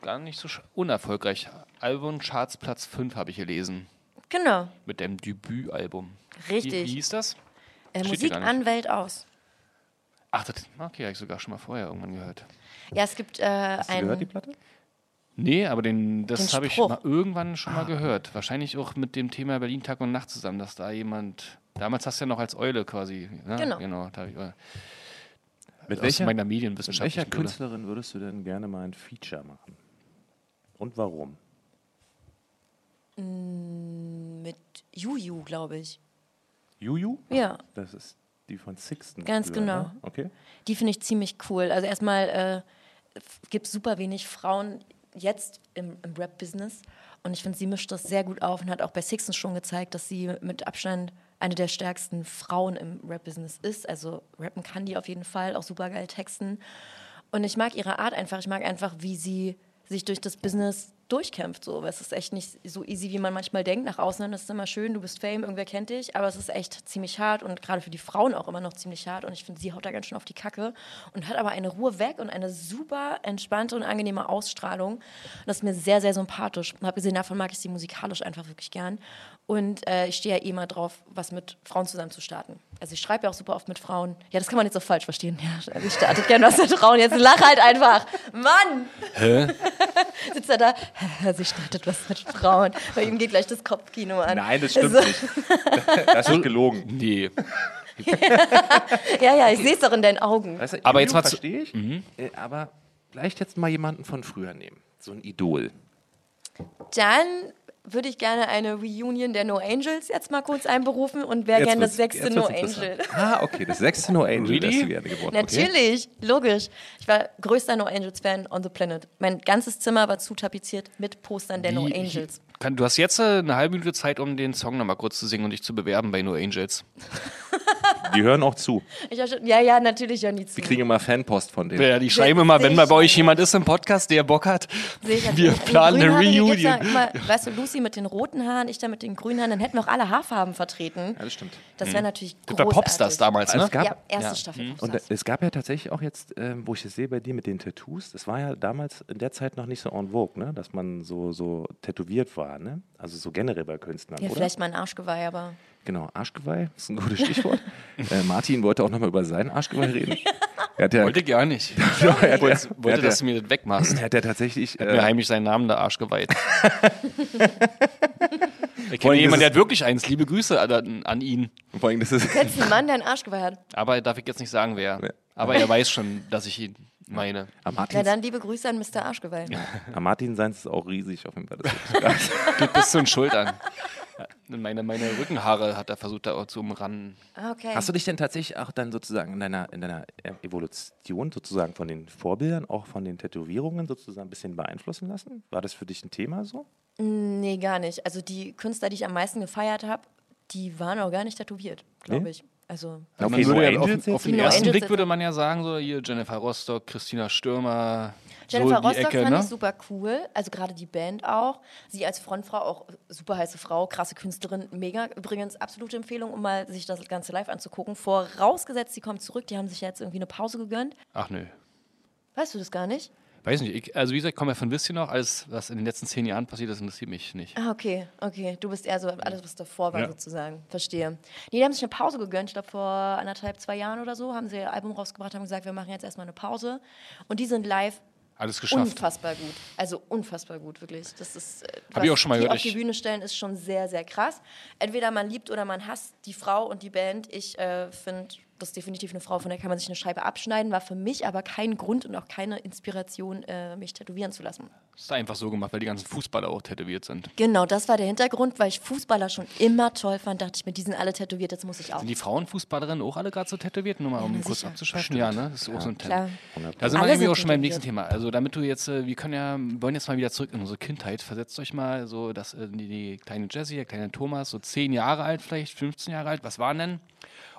S3: gar nicht so sch- unerfolgreich. Album Charts Platz 5 habe ich gelesen.
S2: Genau.
S3: Mit deinem Debütalbum. Wie,
S2: Richtig.
S3: wie hieß das?
S2: Äh,
S3: Steht
S2: Musik
S3: hier gar nicht.
S2: an, Welt aus.
S3: Ach, das okay, habe ich sogar schon mal vorher irgendwann gehört.
S2: Ja, es gibt äh,
S1: Gehört die
S2: einen.
S1: Platte?
S3: Nee, aber den, das
S2: Den
S3: habe ich
S2: Spruch. Ah.
S3: mal irgendwann schon mal gehört. Wahrscheinlich auch mit dem Thema Berlin Tag und Nacht zusammen, dass da jemand. Damals hast du ja noch als Eule quasi. Ne?
S2: Genau.
S3: genau da hab ich, äh,
S1: Mit welcher, mit
S3: aus meiner
S1: welcher
S3: Medienwissenschaftlichen Brille.
S1: Künstlerin würdest du denn gerne mal ein Feature machen? Und warum?
S2: Mit Juju, glaube ich.
S1: Juju?
S2: Ja.
S1: Das ist die von Sixten.
S2: Ganz
S1: früher,
S2: genau.
S1: Ne? Okay.
S2: Die finde ich ziemlich cool. Also erstmal äh, gibt es super wenig Frauen jetzt im, im Rap-Business. Und ich finde, sie mischt das sehr gut auf und hat auch bei Sixens schon gezeigt, dass sie mit Abstand eine der stärksten Frauen im Rap-Business ist. Also rappen kann die auf jeden Fall, auch super geil texten. Und ich mag ihre Art einfach. Ich mag einfach, wie sie sich durch das Business durchkämpft. So. Aber es ist echt nicht so easy, wie man manchmal denkt. Nach außen hin ist es immer schön, du bist Fame, irgendwer kennt dich. Aber es ist echt ziemlich hart und gerade für die Frauen auch immer noch ziemlich hart. Und ich finde, sie haut da ganz schön auf die Kacke und hat aber eine Ruhe weg und eine super entspannte und angenehme Ausstrahlung. Und das ist mir sehr, sehr sympathisch. Und abgesehen davon mag ich sie musikalisch einfach wirklich gern. Und äh, ich stehe ja eh mal drauf, was mit Frauen zusammen zu starten. Also ich schreibe ja auch super oft mit Frauen. Ja, das kann man jetzt auch falsch verstehen. Ja, also ich starte gern was mit Frauen. Jetzt lach halt einfach. Mann! sitzt er da, sie startet was mit Frauen. Bei ihm geht gleich das Kopfkino an.
S1: Nein, das stimmt
S2: Also,
S1: nicht. Das ist gelogen.
S3: Nee.
S2: Ja, ja, ich sehe es doch in deinen Augen.
S1: Weißt du,
S3: Aber jetzt
S1: Emilio
S3: mal zu-
S1: verstehe ich, äh, aber vielleicht jetzt mal jemanden von früher nehmen. So ein Idol.
S2: Dann würde ich gerne eine Reunion der No Angels jetzt mal kurz einberufen und wäre
S1: Jetzt
S2: gerne das
S1: wird's-
S2: sechste
S1: jetzt
S2: No
S1: wird's
S2: Angel.
S1: interessant. Ah, okay, das sechste No Angel,
S3: Really?
S1: das du gerne geworden Okay.
S2: Natürlich, logisch. Ich war größter No Angels-Fan on the planet. Mein ganzes Zimmer war zutapeziert mit Postern der No
S3: Wie-
S2: Angels.
S3: Kann, du hast jetzt äh, eine halbe Minute Zeit, um den Song nochmal kurz zu singen und dich zu bewerben bei No Angels.
S1: Die hören auch zu.
S2: Ich hab schon, ja, ja, natürlich, Johnny.
S1: Die kriegen immer Fanpost von denen.
S3: Ja, die schreiben immer, wenn mal bei euch jemand ist im Podcast, der Bock hat, wir planen eine Reunion.
S2: Immer, weißt du, Lucy mit den roten Haaren, ich da mit den grünen Haaren, dann hätten wir auch alle Haarfarben vertreten.
S1: Ja, das stimmt.
S2: Das wäre natürlich
S3: Das war
S2: großartig.
S3: Popstars damals,
S1: Also
S3: ne?
S1: es gab,
S2: Ja, erste
S3: Ja.
S2: Staffel
S1: und
S2: Popstars.
S1: es gab ja tatsächlich auch jetzt, ähm, wo ich es sehe bei dir mit den Tattoos, das war ja damals in der Zeit noch nicht so en vogue, ne? dass man so, so tätowiert war. Ne? Also so generell bei Künstlern,
S2: ja,
S1: oder?
S2: vielleicht mal ein Arschgeweih, aber
S1: Genau, Arschgeweih ist ein gutes Stichwort. äh, Martin wollte auch nochmal über seinen Arschgeweih reden. Er hat ja,
S3: Wollte gar nicht.
S1: er hat ja, er
S3: Wollte, wollte
S1: hat
S3: dass du
S1: ja,
S3: mir das wegmachst.
S1: er hat ja tatsächlich...
S3: Mir
S1: Äh,
S3: heimlich seinen Namen der Arsch geweiht. ich
S1: Vor
S3: kenne
S1: allem,
S3: jemanden, der
S1: das
S3: hat wirklich eins. Liebe Grüße äh, an, an ihn.
S1: vor allem, das ist,
S2: jetzt ein Mann, der ein Arschgeweih hat.
S3: Aber darf ich jetzt nicht sagen, wer.
S1: Nee.
S3: Aber er weiß schon, dass ich ihn meine.
S1: Ah,
S2: Na
S1: Martins,
S2: dann liebe Grüße an Mr. Arschgeweih.
S1: ah, Martin seins ist auch riesig auf jeden Fall. Das ist-
S3: Geht bis zu den Schultern. Meine, meine Rückenhaare hat er versucht, da auch zu umranden.
S2: Ah, Okay.
S1: Hast du dich denn tatsächlich auch dann sozusagen in deiner, in deiner äh, Evolution sozusagen von den Vorbildern, auch von den Tätowierungen sozusagen ein bisschen beeinflussen lassen? War das für dich ein Thema so?
S2: nee, gar nicht. Also die Künstler, die ich am meisten gefeiert habe, die waren auch gar nicht tätowiert, glaube
S1: Nee?
S2: ich. Also
S1: Okay,
S3: man würde
S1: No
S3: ja auf,
S1: Angels
S3: den- auf
S1: jetzt?
S3: den
S2: No
S3: ersten
S2: Angels
S3: Blick
S2: jetzt-
S3: würde man ja sagen, so hier Jennifer Rostock, Christina Stürmer,
S2: Jennifer
S3: so in die
S2: Rostock
S3: Ecke,
S2: fand
S3: ne?
S2: ich super cool, also gerade die Band auch. Sie als Frontfrau auch super heiße Frau, krasse Künstlerin, mega. Übrigens absolute Empfehlung, um mal sich das Ganze live anzugucken. Vorausgesetzt, sie kommt zurück, die haben sich ja jetzt irgendwie eine Pause gegönnt.
S3: Ach nö.
S2: Weißt du das gar nicht?
S3: Weiß nicht, ich, also wie gesagt, ich komme ja von Wisschen noch, alles, was in den letzten zehn Jahren passiert ist, interessiert mich nicht.
S2: Ah, okay, okay. Du bist eher so alles, was davor war,
S3: Ja.
S2: sozusagen. Verstehe. Nee, die haben sich eine Pause gegönnt. Ich glaube, vor anderthalb, zwei Jahren oder so haben sie ihr Album rausgebracht, haben gesagt, wir machen jetzt erstmal eine Pause. Und die sind live
S3: Alles geschafft.
S2: unfassbar gut. Also unfassbar gut, wirklich. Das ist, äh,
S3: Hab
S2: was
S3: ich auch schon mal
S2: die
S3: gehört,
S2: auf die
S3: ich-
S2: Bühne stellen, ist schon sehr, sehr krass. Entweder man liebt oder man hasst die Frau und die Band. Ich äh, finde, das ist definitiv eine Frau, von der kann man sich eine Scheibe abschneiden. War für mich aber kein Grund und auch keine Inspiration, äh, mich tätowieren zu lassen.
S3: Das ist einfach so gemacht, weil die ganzen Fußballer auch tätowiert sind.
S2: Genau, das war der Hintergrund, weil ich Fußballer schon immer toll fand. Dachte ich mir, die sind alle tätowiert, jetzt muss ich auch.
S3: Sind die Frauenfußballerinnen auch alle gerade so tätowiert? Nur mal, um
S2: na
S3: kurz
S2: sicher.
S3: abzuschweifen. Ja, ne? Das ist auch so ein Thema.
S2: Klar.
S3: Da sind wir
S2: Alle
S3: nämlich
S2: sind
S3: auch schon beim
S2: tätowiert.
S3: nächsten Thema. Also damit du jetzt, äh, wir können ja, wollen jetzt mal wieder zurück in unsere Kindheit. Versetzt euch mal so, dass äh, die, die kleine Jessie, der kleine Thomas, so zehn Jahre alt vielleicht, 15 Jahre alt, was waren denn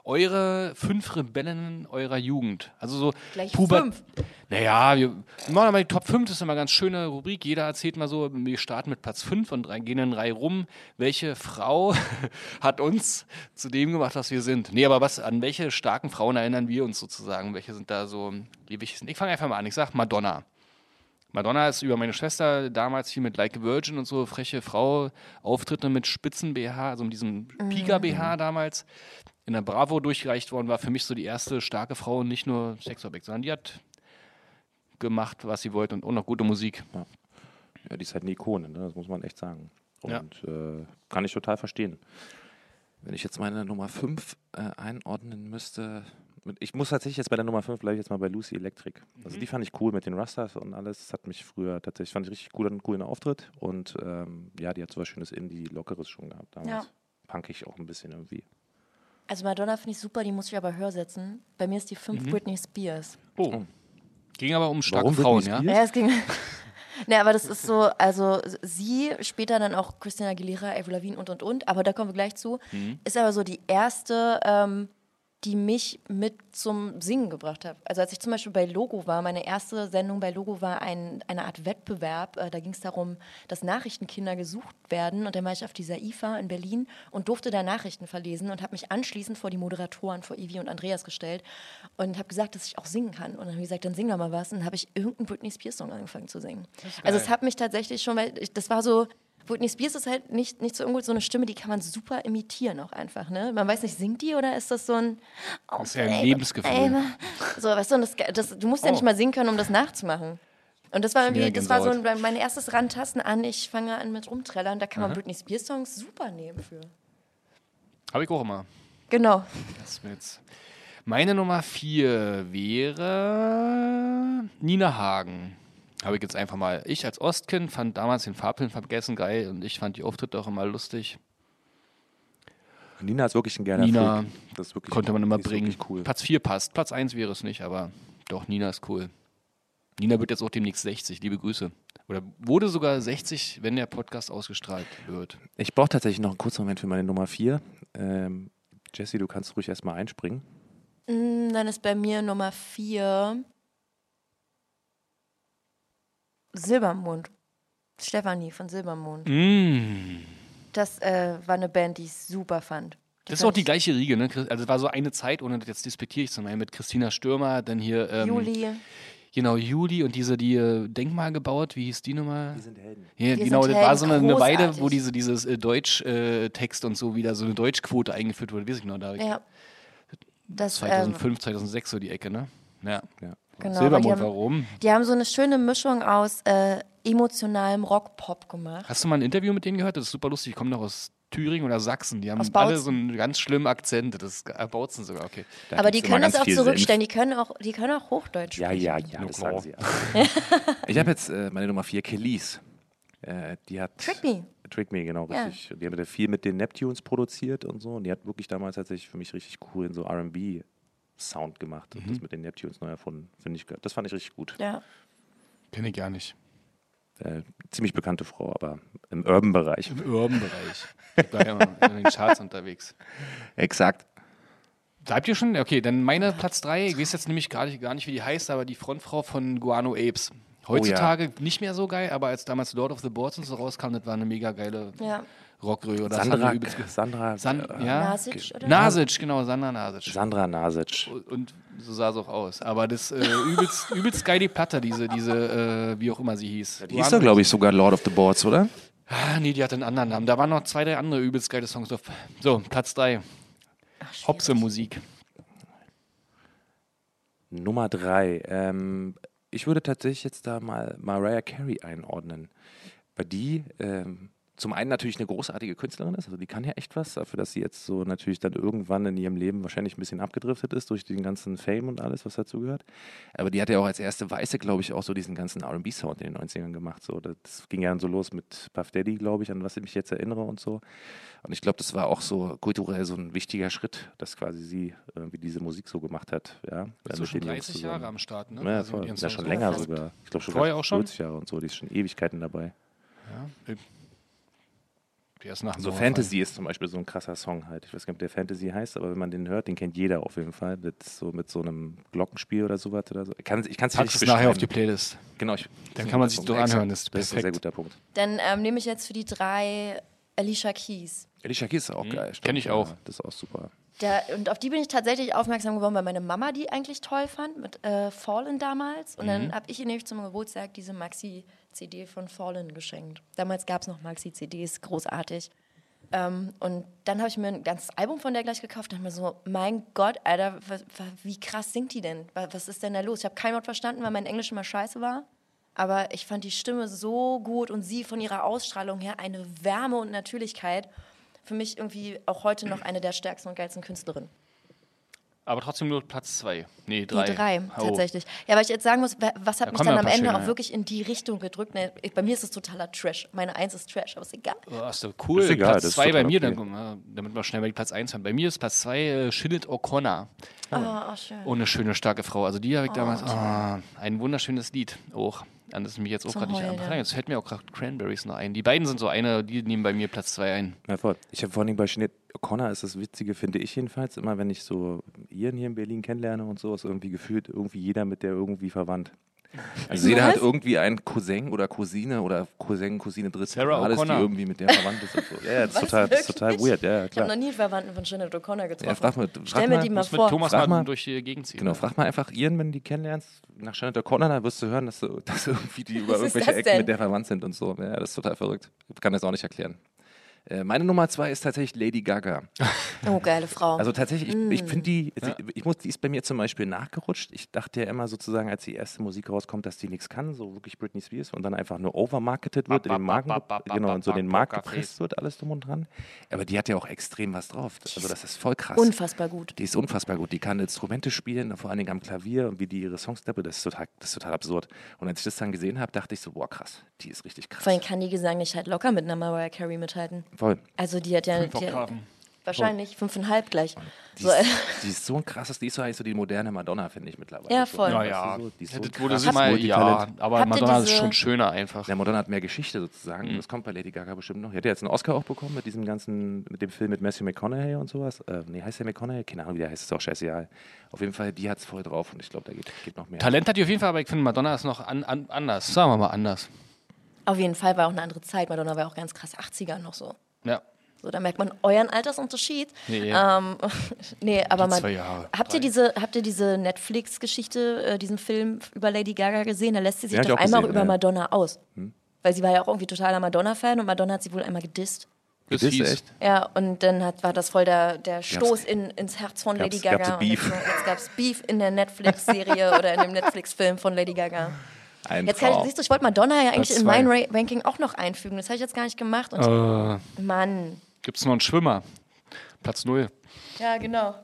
S3: eure fünf Rebellen eurer Jugend? Also so
S2: Gleich
S3: Puber-
S2: fünf?
S3: Naja, wir machen mal die Top 5, das ist immer eine ganz schöne Rubrik. Jeder erzählt mal so, wir starten mit Platz 5 und drei- gehen in Reihe rum. Welche Frau hat uns zu dem gemacht, was wir sind? Nee, aber was, an welche starken Frauen erinnern wir uns sozusagen? Welche sind da so die wichtigsten? Ich fange einfach mal an. Ich sag Madonna. Madonna ist über meine Schwester damals hier mit Like a Virgin und so, freche Frau, Auftritte mit spitzen BH, also mit diesem Piga BH damals, in der Bravo durchgereicht worden, war für mich so die erste starke Frau, und nicht nur Sexobjekt, sondern die hat gemacht, was sie wollte und auch noch gute Musik.
S1: Ja, die ist halt eine Ikone, ne? das muss man echt sagen.
S3: Ja.
S1: Und äh, kann ich total verstehen. Wenn ich jetzt meine Nummer 5 äh, einordnen müsste, mit, ich muss tatsächlich jetzt bei der Nummer 5 bleibe ich jetzt mal bei Lucy Electric.
S3: Mhm.
S1: Also die fand ich cool mit den Rastas und alles. Das hat mich früher tatsächlich, fand ich richtig cool, einen coolen Auftritt. Und ähm, ja, die hat so was schönes Indie-Lockeres schon gehabt damals.
S2: Ja.
S1: Punkig auch ein bisschen irgendwie.
S2: Also Madonna finde ich super, die muss ich aber höher setzen. Bei mir ist die 5 Britney Spears.
S3: Oh. Ging aber um starke
S1: Warum
S3: Frauen,
S1: Britney
S3: ja?
S1: Spears?
S2: Ja, es ging. Ne, aber das ist so, also sie, später dann auch Christina Aguilera, Avril Lavigne und und und, aber da kommen wir gleich zu. Ist aber so die erste ähm, die mich mit zum Singen gebracht hat. Also als ich zum Beispiel bei Logo war, meine erste Sendung bei Logo war ein, eine Art Wettbewerb. Äh, Da ging es darum, dass Nachrichtenkinder gesucht werden. Und dann war ich auf dieser IFA in Berlin und durfte da Nachrichten verlesen und habe mich anschließend vor die Moderatoren, vor Ivi und Andreas gestellt und habe gesagt, dass ich auch singen kann. Und dann haben die gesagt, dann sing doch mal was. Und dann habe ich irgendeinen Britney Spears Song angefangen zu singen. Also es hat mich tatsächlich schon, weil ich, das war so, Britney Spears ist halt nicht, nicht so ungut, so eine Stimme, die kann man super imitieren auch einfach. Ne? Man weiß nicht, singt die oder ist das so ein... Oh,
S3: ist ja ein Oh.
S2: babe,
S3: Lebensgefühl.
S2: babe. So, weißt du, und das, das, du musst ja nicht mal singen können, um das nachzumachen. Und das war irgendwie, das war so ein, mein erstes Rantasten an, ich fange an mit Rumträllern, da kann
S3: Mhm.
S2: man Britney Spears Songs super nehmen für.
S3: Habe ich auch immer.
S2: Genau.
S3: Das ist mir jetzt. Meine Nummer vier wäre Nina Hagen. Habe ich jetzt einfach mal. Ich als Ostkind fand damals den Farbfilm vergessen geil und ich fand die Auftritte auch immer lustig.
S1: Nina ist wirklich ein gerne
S3: Nina
S1: Das ist wirklich
S3: Konnte man immer
S1: die ist
S3: bringen.
S1: wirklich cool.
S3: Platz 4 passt. Platz 1 wäre es nicht, aber doch, Nina ist cool. Nina wird jetzt auch demnächst 60. Liebe Grüße. Oder wurde sogar 60, wenn der Podcast ausgestrahlt wird.
S1: Ich brauche tatsächlich noch einen kurzen Moment für meine Nummer 4. Ähm, Jesse, du kannst ruhig erstmal einspringen.
S2: Mm, Dann ist bei mir Nummer vier Silbermond. Stefanie von
S3: Mhm.
S2: Silbermond. Das äh, war eine Band, die ich super fand.
S3: Das ist auch die
S2: fand
S3: gleiche Riege, ne? Chris- Also es war so eine Zeit, ohne jetzt disputiere ich zum Beispiel mit Christina Stürmer, dann hier
S2: ich-
S3: ähm,
S2: Juli.
S3: Genau, Juli und diese, die äh, Denkmal gebaut, wie hieß die nochmal? Die sind Helden. Ja,
S2: Wir
S3: genau,
S2: sind
S3: das war
S2: Helden,
S3: so eine, eine Weide,
S2: großartig.
S3: wo diese, dieses äh, Deutsch-Text und so wieder so eine Deutschquote eingeführt wurde, weiß ich noch, da hab ich
S2: Ja. Das, ähm,
S3: 2005, 2006 so die Ecke, ne? Ja.
S2: Genau, aber die
S3: Silbermond,
S2: haben-
S3: warum?
S2: die haben so eine schöne Mischung aus äh, emotionalem Rock-Pop gemacht.
S3: Hast du mal ein Interview mit denen gehört? Das ist super lustig, die kommen doch aus Thüringen oder Sachsen, die haben
S2: Aus
S3: alle
S2: Bautzen.
S3: so einen ganz schlimmen Akzent, das ist äh, Bautzen sogar, okay.
S1: Da
S2: Aber die
S1: gibt's immer
S2: können das
S1: ganz
S2: auch
S1: viel
S2: zurückstellen. Die können auch, die können auch Hochdeutsch
S1: Senf. Ja,
S2: sprechen.
S1: ja, ja, das sagen sie. alle. ich habe jetzt äh, meine Nummer 4, Kelly's. Äh, die hat
S2: Trick Me.
S1: Trick Me, genau,
S2: Ja.
S1: richtig. Und Die haben ja viel mit den Neptunes produziert und so. Und die hat wirklich damals tatsächlich für mich richtig coolen so RB-Sound gemacht und das mit den Neptunes neu erfunden. Finde ich, das fand ich richtig gut.
S2: Ja.
S3: Kenne ich gar nicht.
S1: Äh, ziemlich bekannte Frau, aber im Urban-Bereich.
S3: Im Urban-Bereich. Ich bleib ja immer in den Charts unterwegs.
S1: Exakt.
S3: Bleibt ihr schon? Okay, dann meine Platz 3. Ich weiß jetzt nämlich gerade gar nicht, wie die heißt, aber die Frontfrau von Guano
S1: Oh
S3: Apes. Heutzutage nicht mehr so geil, aber als damals Lord of the Boards und so rauskam, das war eine mega geile
S2: Ja.
S3: Rockröhre. Das hat
S1: Sandra,
S3: mir übelst ge-
S1: Sandra, äh,
S3: San
S1: Ah,
S3: ja?
S2: Nasic, oder?
S3: Nasic, genau, Sandra Nasic.
S1: Sandra Nasic.
S3: und so sah es auch aus. Aber das äh, übelst, übelst geil die Platte, diese, diese äh, wie auch immer sie hieß.
S1: Die hieß doch, glaube ich, sogar Lord of the Boards, oder?
S3: Ah, nee, die hatte einen anderen Namen. Da waren noch zwei, drei andere übelst geile Songs drauf. So, Platz 3. Hopse Musik.
S1: Nummer drei. Ähm, ich würde tatsächlich jetzt da mal Mariah Carey einordnen. Weil die ähm, zum einen natürlich eine großartige Künstlerin ist, also die kann ja echt was, dafür, dass sie jetzt so natürlich dann irgendwann in ihrem Leben wahrscheinlich ein bisschen abgedriftet ist durch den ganzen Fame und alles, was dazu gehört. Aber die hat ja auch als erste Weiße, glaube ich, auch so diesen ganzen RB-Sound in den 90ern gemacht. So, das ging ja dann so los mit Puff Daddy, glaube ich, an was ich mich jetzt erinnere und so. Und ich glaube, das war auch so kulturell so ein wichtiger Schritt, dass quasi sie irgendwie diese Musik so gemacht hat. Ja,
S3: Bist
S1: Äh,
S3: du
S1: mit
S3: schon
S1: den Jungs
S3: 30 Jahre am Start, ne?
S1: zusammen. Ja,
S3: Also
S1: voll.
S3: mit ihren
S1: ja,
S3: Songs.
S1: schon länger sogar. Ich glaube schon
S3: Vorher
S1: fast
S3: auch schon?
S1: 40 Jahre und so. Die ist schon Ewigkeiten dabei.
S3: Die erst nach dem
S1: So
S3: Mauerfall.
S1: Fantasy ist zum Beispiel so ein krasser Song halt. Ich weiß gar nicht, ob der Fantasy heißt, aber wenn man den hört, den kennt jeder auf jeden Fall. Mit so, mit so einem Glockenspiel oder sowas oder so. Ich kann es ich kann's dir
S3: Packst
S1: nicht
S3: es nachher auf die
S1: beschreiben.
S3: Playlist.
S1: Genau. Ich,
S3: Dann kann man sich
S1: Punkt.
S3: doch
S1: Exakt.
S3: anhören, das ist
S1: Das ist ein sehr
S3: perfekt.
S1: guter Punkt.
S2: Dann ähm, nehme ich jetzt für die drei Alicia Keys.
S1: Alicia Keys ist auch geil.
S3: Hm? kenn ich
S1: stimmt,
S3: auch.
S1: ja. Das ist auch super.
S2: Da, und auf die bin ich tatsächlich aufmerksam geworden, weil meine Mama die eigentlich toll fand, mit äh, Fallen damals. Und
S1: Mhm.
S2: dann habe ich ihr nämlich zum Geburtstag diese Maxi-CD von Fallen geschenkt. Damals gab es noch Maxi-CDs, großartig. Ähm, und dann habe ich mir ein ganzes Album von der gleich gekauft. Dann mir so, mein Gott, Alter, wa- wa- wie krass singt die denn? Wa- Was ist denn da los? Ich habe kein Wort verstanden, weil mein Englisch immer scheiße war. Aber ich fand die Stimme so gut und sie von ihrer Ausstrahlung her eine Wärme und Natürlichkeit. Für mich irgendwie auch heute noch eine der stärksten und geilsten Künstlerinnen.
S3: Aber trotzdem nur Platz 2. Nee,
S2: Die
S3: 3.
S2: drei, tatsächlich. Ja, weil ich jetzt sagen muss, wa- was hat
S3: Da
S2: mich
S3: kommen ja
S2: dann
S3: ein
S2: am
S3: paar
S2: Ende
S3: schöne,
S2: auch
S3: ja.
S2: wirklich in die Richtung gedrückt? Ne, ich- bei mir ist es totaler Trash. Meine Eins ist Trash, aber ist egal.
S3: Oh, ist doch cool.
S1: Ist egal, das
S3: Platz
S1: ist
S3: 2 bei
S1: total
S3: mir,
S1: okay.
S3: dann, äh, damit wir schnell bei Platz 1 haben. Bei mir ist Platz 2 äh, Shinnet O'Connor.
S2: Ah, oh, schön.
S3: Oh, eine schöne, starke Frau. Also die
S2: Oh.
S3: habe ich damals. Ah, ein wunderschönes Lied. Och. An das ist mich jetzt auch
S2: Zum
S3: gerade nicht
S2: Heulen.
S3: an. Jetzt fällt mir auch gerade Cranberries noch ein. Die beiden sind so eine, die nehmen bei mir Platz 2 ein.
S1: Ja, voll. Ich habe vorhin bei Schnitt O'Connor ist das Witzige, finde ich jedenfalls, immer wenn ich so Iren hier in Berlin kennenlerne und so, ist irgendwie gefühlt irgendwie jeder mit der irgendwie verwandt. Also jeder hat irgendwie einen Cousin oder Cousine oder Cousin, Cousine drittes
S3: Sarah
S1: Grades, die
S3: O'Connor.
S1: irgendwie mit der verwandt ist und so. Ja, ja, das ist total, das ist total
S2: Wirklich?
S1: weird, ja, ja,
S2: Ich habe noch
S1: klar.
S2: nie einen Verwandten von Shinnet O'Connor getroffen.
S1: Ja, frag mal-
S2: Stell
S1: frag
S2: mir
S1: mal,
S2: die mal
S3: Muss mit
S2: vor.
S3: Thomas
S1: Frag
S3: mal
S1: mal.
S3: durch äh, ne? die Gegend ziehen.
S1: Genau, frag mal einfach Iren, wenn du die kennenlernst, nach Janet O'Connor, dann wirst du hören, dass, du, dass irgendwie die über
S2: Was ist
S1: irgendwelche
S2: das
S1: Ecken
S2: denn?
S1: mit der verwandt sind und so. Ja, das ist total verrückt. Ich kann das auch nicht erklären. Äh, Meine Nummer zwei ist tatsächlich Lady Gaga.
S2: Oh, geile Frau.
S1: Also tatsächlich, ich, ich finde die, ich muss, die ist bei mir zum Beispiel nachgerutscht. Ich dachte ja immer sozusagen, als die erste Musik rauskommt, dass die nichts kann, so wirklich Britney Spears und dann einfach nur overmarketed wird, in den Marken, genau, und so in den Markt gepresst wird, alles drum und dran. Aber die hat ja auch extrem was drauf. Also das ist voll krass.
S2: Unfassbar gut.
S1: Die ist unfassbar gut. Die kann Instrumente spielen, vor allen Dingen am Klavier und wie die ihre Songs dabei, das ist total, das ist total absurd. Und als ich das dann gesehen habe, dachte ich so, boah krass, die ist richtig krass.
S2: Vor allem kann die Gesanglichkeit halt locker mit einer Mariah Carey mithalten.
S1: Voll.
S2: Also die hat ja...
S3: Fünf
S2: die,
S3: Oktaven.
S2: wahrscheinlich fünfeinhalb gleich.
S1: Die
S2: So, äh,
S1: ist, die ist so ein krasses, die ist so eigentlich so die moderne Madonna, finde ich mittlerweile.
S2: Ja,
S1: schon.
S2: voll.
S1: Weißt
S3: Ja,
S1: du,
S3: ja.
S1: so, die ist so
S3: Hättet-
S1: krass
S3: wurde sie mal, ja,
S1: Multitalent.
S3: aber
S2: Habt ihr
S3: Madonna ist
S2: diese-
S3: schon schöner einfach.
S1: Ja, Madonna hat mehr Geschichte sozusagen.
S3: Mhm.
S1: Das kommt bei Lady Gaga bestimmt noch. Die hat ja jetzt einen Oscar auch bekommen mit diesem ganzen, mit dem Film mit Matthew McConaughey und sowas. Äh, nee, heißt der McConaughey? Keine Ahnung, wie der heißt, ist auch scheißegal. Auf jeden Fall, die hat es voll drauf und ich glaube, da geht, geht noch mehr.
S3: Talent hat die auf jeden Fall, aber ich finde, Madonna ist noch an, an, anders. Sagen wir mal anders.
S2: auf jeden Fall war auch eine andere Zeit. Madonna war auch ganz krass 80er noch so.
S3: Ja.
S2: So, da merkt man euren Altersunterschied.
S3: Nee.
S2: ähm, nee aber man,
S3: zwei Jahre,
S2: habt ihr diese, habt ihr diese Netflix-Geschichte, äh, diesen Film über Lady Gaga gesehen? Da lässt sie sich
S1: Ja, hab ich
S2: doch
S1: auch
S2: einmal
S1: gesehen,
S2: über
S1: ja. Hm.
S2: Madonna aus, weil sie war ja auch irgendwie totaler Madonna-Fan und Madonna hat sie wohl einmal gedisst.
S3: Das
S1: Bist du
S3: hieß-
S1: echt?
S2: Ja, und dann hat, war das voll der, der Stoß in, ins Herz von Lady
S1: gab's
S2: Gaga. Und
S1: Beef?
S2: Jetzt, jetzt gab es Beef in der Netflix-Serie oder in dem Netflix-Film von Lady Gaga.
S1: Ein
S2: Jetzt kann ich,
S1: Traum.
S2: siehst du, ich wollte Madonna ja eigentlich
S3: Das
S2: in mein
S3: war-
S2: Ra Ranking auch noch einfügen. Das habe ich jetzt gar nicht gemacht. Und
S1: Äh.
S2: Mann.
S3: Gibt es noch einen Schwimmer? Platz 0.
S2: Ja, genau.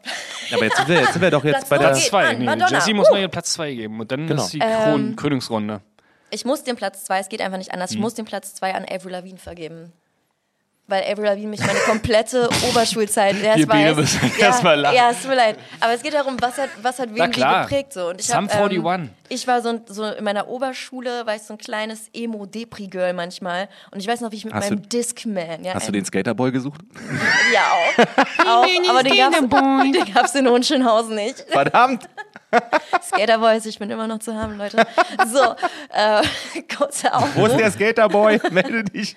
S1: Aber jetzt sind, wir, jetzt sind wir doch jetzt
S2: Platz
S1: bei der.
S2: null geht- an, Madonna. Ähm.
S3: Jessie muss
S2: Uh.
S3: noch ihren Platz 2 geben und dann
S1: Genau.
S3: ist die Kron Königsrunde.
S2: Ich muss den Platz 2, es geht einfach nicht anders,
S3: Mhm.
S2: ich muss den Platz 2 an Avril Lavigne vergeben. Weil Avril Lavigne mich meine komplette Oberschulzeit, wer
S3: Ihr
S2: es
S3: Biene
S2: weiß.
S3: müssen erstmal lachen.
S2: Ja, es tut mir leid. Aber es geht darum, was hat, was hat wen wie
S3: klar.
S2: geprägt. So. Und ich
S3: Sum
S2: hab, ähm,
S3: 41.
S2: ich war so, ein- so in meiner Oberschule, war ich so ein kleines Emo-Depri-Girl manchmal. Und ich weiß noch, wie ich mit
S1: Hast du-
S2: meinem Discman... Ja,
S1: Hast du
S2: ein-
S1: den Skaterboy gesucht?
S2: Ja, auch. auch aber den gab's, den gab's in Hohenschönhausen nicht.
S1: Verdammt!
S2: Skaterboys, ich bin immer noch zu haben, Leute. So, äh, kurzer
S1: Wo ist
S2: Aufruf.
S1: der Skaterboy? Melde dich.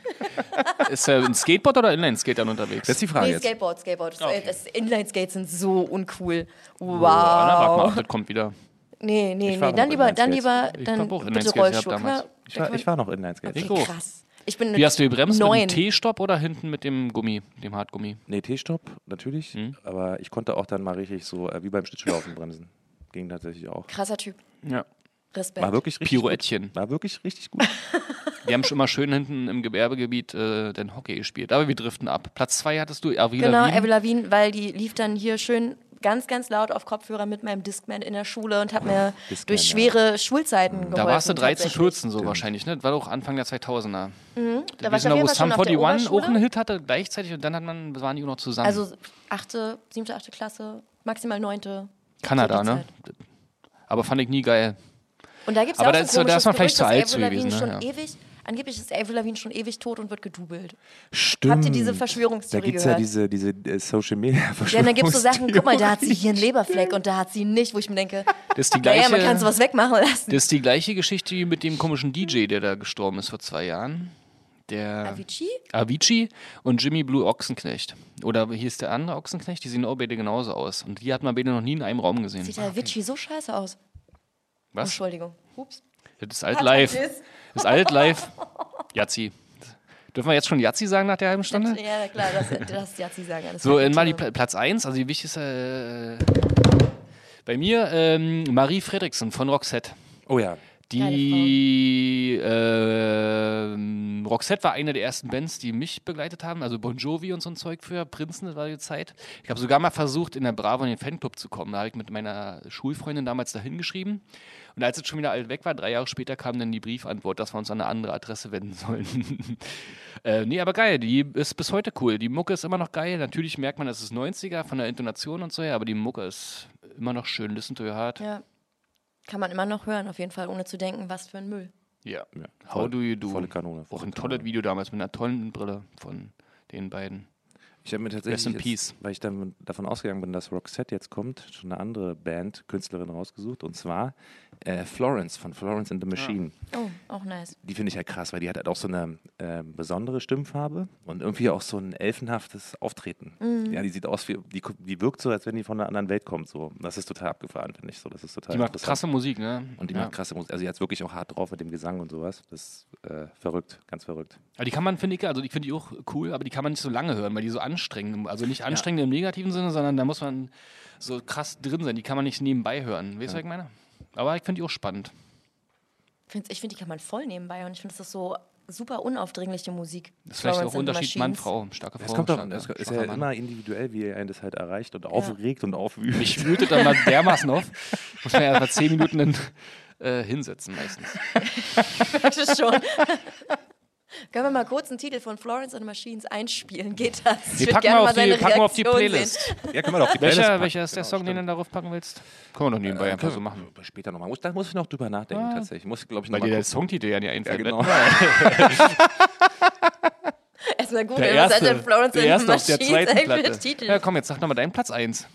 S3: Ist er ein Skateboard oder Inline-Skate dann unterwegs?
S1: Das ist die Frage
S2: Nee,
S1: jetzt.
S2: Skateboard, Skateboard.
S3: Ah,
S2: Das Inline-Skates sind so uncool.
S3: Boah, Oh, na, warte
S2: Wow.
S3: mal, ab, das kommt wieder.
S2: Nee, nee,
S1: Ich war
S2: nee. Dann
S1: auch
S2: lieber, dann
S1: Inline-Skates.
S2: lieber,
S3: Ich
S2: dann
S3: hab auch
S2: bitte
S3: Inline-Skates gehabt
S2: Rollstuhl.
S3: damals.
S2: klar.
S1: Ich war, ich war noch Inline-Skater.
S3: Nico.
S2: Krass. Ich bin
S3: Wie hast du gebremst? Mit
S2: Neun.
S3: dem T-Stopp oder hinten mit dem Gummi, dem Hartgummi?
S1: Nee, T-Stopp, natürlich.
S3: Mhm.
S1: Aber ich konnte auch dann mal richtig so, äh, wie beim Schlittschuhlaufen bremsen. Ging tatsächlich auch.
S2: Krasser Typ.
S3: Ja.
S2: Respekt.
S1: War wirklich richtig
S3: Pirouettchen.
S1: Gut. War wirklich richtig gut.
S3: Wir haben schon immer schön hinten im Gewerbegebiet äh, den Hockey gespielt, aber wir driften ab. Platz 2 hattest du, Avril
S2: Genau,
S3: Lavigne.
S2: Avril Lavigne, weil die lief dann hier schön ganz, ganz laut auf Kopfhörer mit meinem Discman in der Schule und hat mir
S1: Discman,
S2: durch
S1: ja.
S2: schwere Schulzeiten geholfen.
S3: Oh, Da warst du 13,
S2: tatsächlich.
S3: 14 so wahrscheinlich, ne? Das war doch Anfang der 2000er.
S2: Da
S3: Wir
S2: war ich
S3: sind
S2: auf jeden
S3: noch, wo
S2: Fall
S3: Sum
S2: schon auf der
S3: 41 auch einen
S2: Oberschule.
S3: Hit hatte gleichzeitig und dann hat man, waren die auch noch zusammen.
S2: Also achte, siebte, achte Klasse, maximal neunte.
S3: Kanada,
S2: so die
S3: ne? Aber fand ich nie geil.
S2: Und da gibt es
S3: Aber
S2: auch
S3: da
S2: so
S3: ist so- da ist man vielleicht zu
S2: zu
S3: alt zu gewesen,
S2: schon
S3: ne? Ja.
S2: ewig, angeblich ist Avril Lavigne schon ewig tot und wird gedoubelt.
S1: Stimmt.
S2: Habt ihr diese Verschwörungstheorie
S1: Da gibt es ja
S2: gehört?
S1: diese, diese äh, Social Media
S2: Ja,
S1: Verschwörungstheorie.
S2: und dann gibt es so Sachen, guck mal, da hat sie hier einen Leberfleck und da hat sie ihn nicht, wo ich mir denke,
S3: Das ist die
S2: naja,
S3: gleiche,
S2: man kann sowas wegmachen lassen.
S3: das ist die gleiche Geschichte wie mit dem komischen DJ, der da gestorben ist vor zwei Jahren. Der
S2: Avicii?
S3: Avicii und Jimmy Blue Ochsenknecht. Oder wie hieß der andere Ochsenknecht? Die sehen auch beide genauso aus. Und die hat man beide noch nie in einem Raum gesehen.
S2: Sieht der Avicii so scheiße aus?
S3: Was?
S2: Entschuldigung. Ups.
S3: Das ist alt live. Das ist alt live. Jazzi. Dürfen wir jetzt schon Jazzi sagen nach der halben
S2: Ja,
S3: Stunde?
S2: na klar, das, das ja sie sagen. alles
S3: So,
S2: gut.
S3: äh, mal die Pla Platz 1, also die wichtigste. Äh, bei mir ähm, Marie Fredriksson von Roxette.
S1: Oh ja.
S3: Die ähm, Roxette war eine der ersten Bands, die mich begleitet haben. Also Bon Jovi und so ein Zeug für Prinzen, das war die Zeit. Ich habe sogar mal versucht, in der Bravo in den Fanclub zu kommen. Da habe ich mit meiner Schulfreundin damals dahin geschrieben. Und als es schon wieder alt weg war, drei Jahre später kam dann die Briefantwort, dass wir uns an eine andere Adresse wenden sollen. äh, nee, aber geil, die ist bis heute cool. Die Mucke ist immer noch geil. Natürlich merkt man, es ist 90er von der Intonation und so her, aber die Mucke ist immer noch schön. Listen to your heart.
S2: Ja. Kann man immer noch hören, auf jeden Fall, ohne zu denken, was für ein Müll.
S3: Ja. How
S1: voll-
S3: do you do?
S1: volle Kanone, volle
S3: Auch ein
S1: Kanone.
S3: tolles Video damals mit einer tollen Brille von den beiden.
S1: Ich habe mir tatsächlich,
S3: Rest in
S1: jetzt,
S3: peace.
S1: weil ich dann davon ausgegangen bin, dass Roxette jetzt kommt, schon eine andere Band, Künstlerin rausgesucht und zwar äh, Florence von Florence and the
S3: Ah.
S1: Machine.
S2: Oh, auch nice.
S1: Die finde ich halt krass, weil die hat halt auch so eine ähm, besondere Stimmfarbe und irgendwie auch so ein elfenhaftes Auftreten.
S3: Mhm.
S1: Ja, die sieht aus wie, die, gu- die wirkt so, als wenn die von einer anderen Welt kommt. So. Das ist total abgefahren, finde ich. So. Das ist total
S3: Die macht
S1: interessant.
S3: krasse Musik, ne?
S1: Und die macht krasse Musik. Also die hat wirklich auch hart drauf mit dem Gesang und sowas. Das ist äh, verrückt, ganz verrückt.
S3: Aber die kann man, finde ich, also ich finde die auch cool, aber die kann man nicht so lange hören, weil die so anstrengend, also nicht anstrengend im negativen Sinne, sondern da muss man so krass drin sein. Die kann man nicht nebenbei hören. Weißt du, was ich meine? Aber ich finde die auch spannend.
S2: Find's, ich finde, die kann man voll nebenbei und ich finde, das ist so super unaufdringliche Musik.
S3: Das ist vielleicht
S2: Florence
S3: auch
S2: and the
S3: Unterschied
S2: Machines.
S3: Mann-Frau. Starke Frau.
S1: Es kommt doch,
S3: starker-
S1: es ist
S3: schwacher
S1: ja
S3: Mann.
S1: immer individuell, wie einen das halt erreicht und aufregt und aufwühlt.
S3: Mich wütet dann mal dermaßen auf. Muss man ja erst mal zehn Minuten dann, äh, hinsetzen meistens.
S2: Das ist schon. Können wir mal kurz einen Titel von Florence and the Machines einspielen? Geht das?
S3: Die
S2: würd
S3: packen, wir auf die, packen wir auf die
S2: Reaktion
S3: Playlist.
S1: Ja, können wir doch. die Playlist
S3: Welcher,
S1: packen. genau,
S3: welcher ist der Song, den du darauf packen willst? Äh, Können wir doch nebenbei einfach so machen.
S1: Später nochmal. Muss- Da muss ich noch drüber
S3: Ah.
S1: nachdenken, tatsächlich. Muss, glaube ich,
S3: Weil dir
S1: nochmal
S3: der
S1: gucken.
S3: Songtitel ja nicht
S1: Ja,
S3: einfällt. ne?
S1: genau.
S2: sehen. Erstmal gut,
S3: Der
S2: was hat denn
S3: erste,
S2: Florence
S3: der
S2: and the
S3: erste auf der
S2: Machines
S3: zweiten
S2: eigentlich für
S3: Platte.
S2: einen Titel?
S3: Ja, komm, jetzt sag nochmal deinen Platz 1.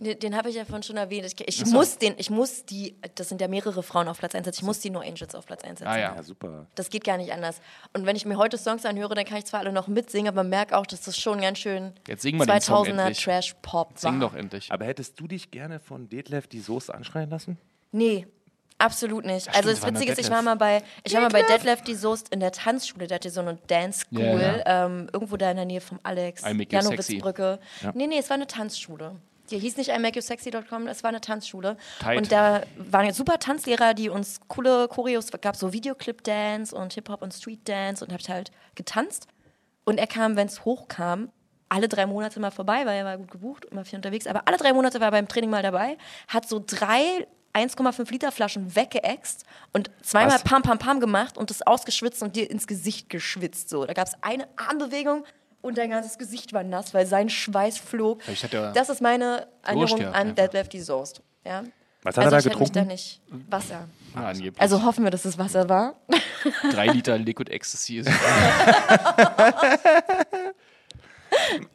S2: Ne, Den, den habe ich ja vorhin schon erwähnt. Ich, ich muss den, ich muss die, das sind ja mehrere Frauen auf Platz 1 setzen. Ich muss die No Angels auf Platz 1 setzen.
S3: Ah ja.
S1: Ja, super.
S2: Das geht gar nicht anders. Und wenn ich mir heute Songs anhöre, dann kann ich zwar alle noch mitsingen, aber merke auch, dass das schon ganz schön
S3: Jetzt sing mal den Song
S2: 2000er
S3: endlich.
S2: Trash Pop war.
S3: Sing doch endlich.
S1: Aber hättest du dich gerne von Detlef die Soße anschreien lassen?
S2: Nee, absolut nicht.
S3: stimmt,
S2: also das
S3: das war nur
S2: Witzige ist, ich
S3: Detlef.
S2: war mal bei, ich war mal bei Detlef die Soest in der Tanzschule, der hatte so eine Dance School,
S3: Ja,
S2: Ähm, irgendwo da in der Nähe vom Alex,
S3: I Make You
S2: Janowitzbrücke. Nee, nee, es war eine Tanzschule. Die hieß nicht imakeyousexy.com, es war eine Tanzschule.
S3: Tight.
S2: Und da waren jetzt super Tanzlehrer, die uns coole Choreos, gab so Videoclip-Dance und Hip-Hop und Street-Dance und hab halt getanzt. Und er kam, wenn es hochkam, alle drei Monate mal vorbei, weil er war gut gebucht, immer viel unterwegs. Aber alle drei Monate war er beim Training mal dabei, hat so drei 1,5 Liter Flaschen weggeäxt und zweimal
S1: Was?
S2: Pam Pam Pam gemacht und das ausgeschwitzt und dir ins Gesicht geschwitzt. So, da gab es eine Armbewegung und dein ganzes Gesicht war nass, weil sein Schweiß flog.
S3: Vielleicht hat er
S2: Das ist meine Erinnerung
S3: Durchstärke
S2: an
S3: einfach.
S2: Dead Left Soest. Ja.
S1: Was
S2: also
S1: hat er
S2: ich
S1: da
S2: hätte mich da
S1: getrunken? Hm.
S2: nicht Wasser.
S3: Ah, angeblich.
S2: Also hoffen wir, dass es Wasser war.
S3: drei Liter Liquid Ecstasy ist.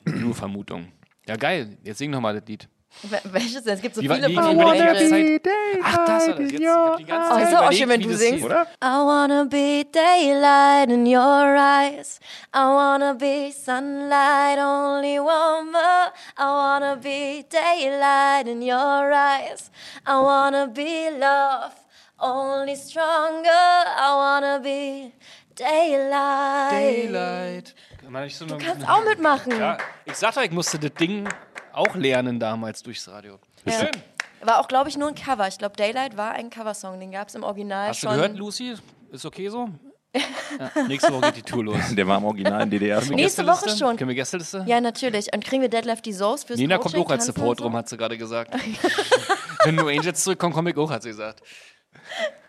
S3: Nur Vermutung. Ja, geil. Jetzt sing nochmal das Lied.
S2: Wel- Welches denn? Es gibt so
S3: Wie war-
S2: viele
S3: wie-
S2: von
S3: wie war die
S2: Dead Left.
S3: ganze Ach, das war das. Jetzt, ich hab die ganze
S2: Oh,
S3: Zeit
S2: ist auch
S3: überlegt,
S2: schön, wenn
S3: wie
S2: du
S3: das
S2: singst.
S3: hieß.
S1: Oder?
S2: I wanna be daylight in your eyes. I wanna be sunlight, only warmer. I wanna be daylight in your eyes. I wanna be love, only stronger. I wanna be daylight.
S3: Daylight. Kann man nicht so
S2: Du kannst auch mitmachen.
S3: ja, ich sag doch, ich musste das Ding auch lernen damals durchs Radio. Schön.
S2: War auch, glaube ich, nur ein Cover. Ich glaube, Daylight war ein Coversong. Den gab es im Original
S3: Hast du
S2: schon.
S3: gehört, Lucy? Ist okay so? Ja, nächste Woche geht die Tour los.
S1: Der war im originalen DDR-Song.
S2: Nächste Woche
S3: Gästeliste?
S2: schon.
S3: Können wir Gästeliste?
S2: Ja, natürlich. Und kriegen wir Deadlift die Soße fürs
S3: Nina
S2: Coaching?
S3: kommt auch als
S2: Kannst du
S3: Support
S2: so?
S3: rum, hat sie gerade gesagt. Wenn nur Angels zurückkommen, komme ich auch, hat sie gesagt.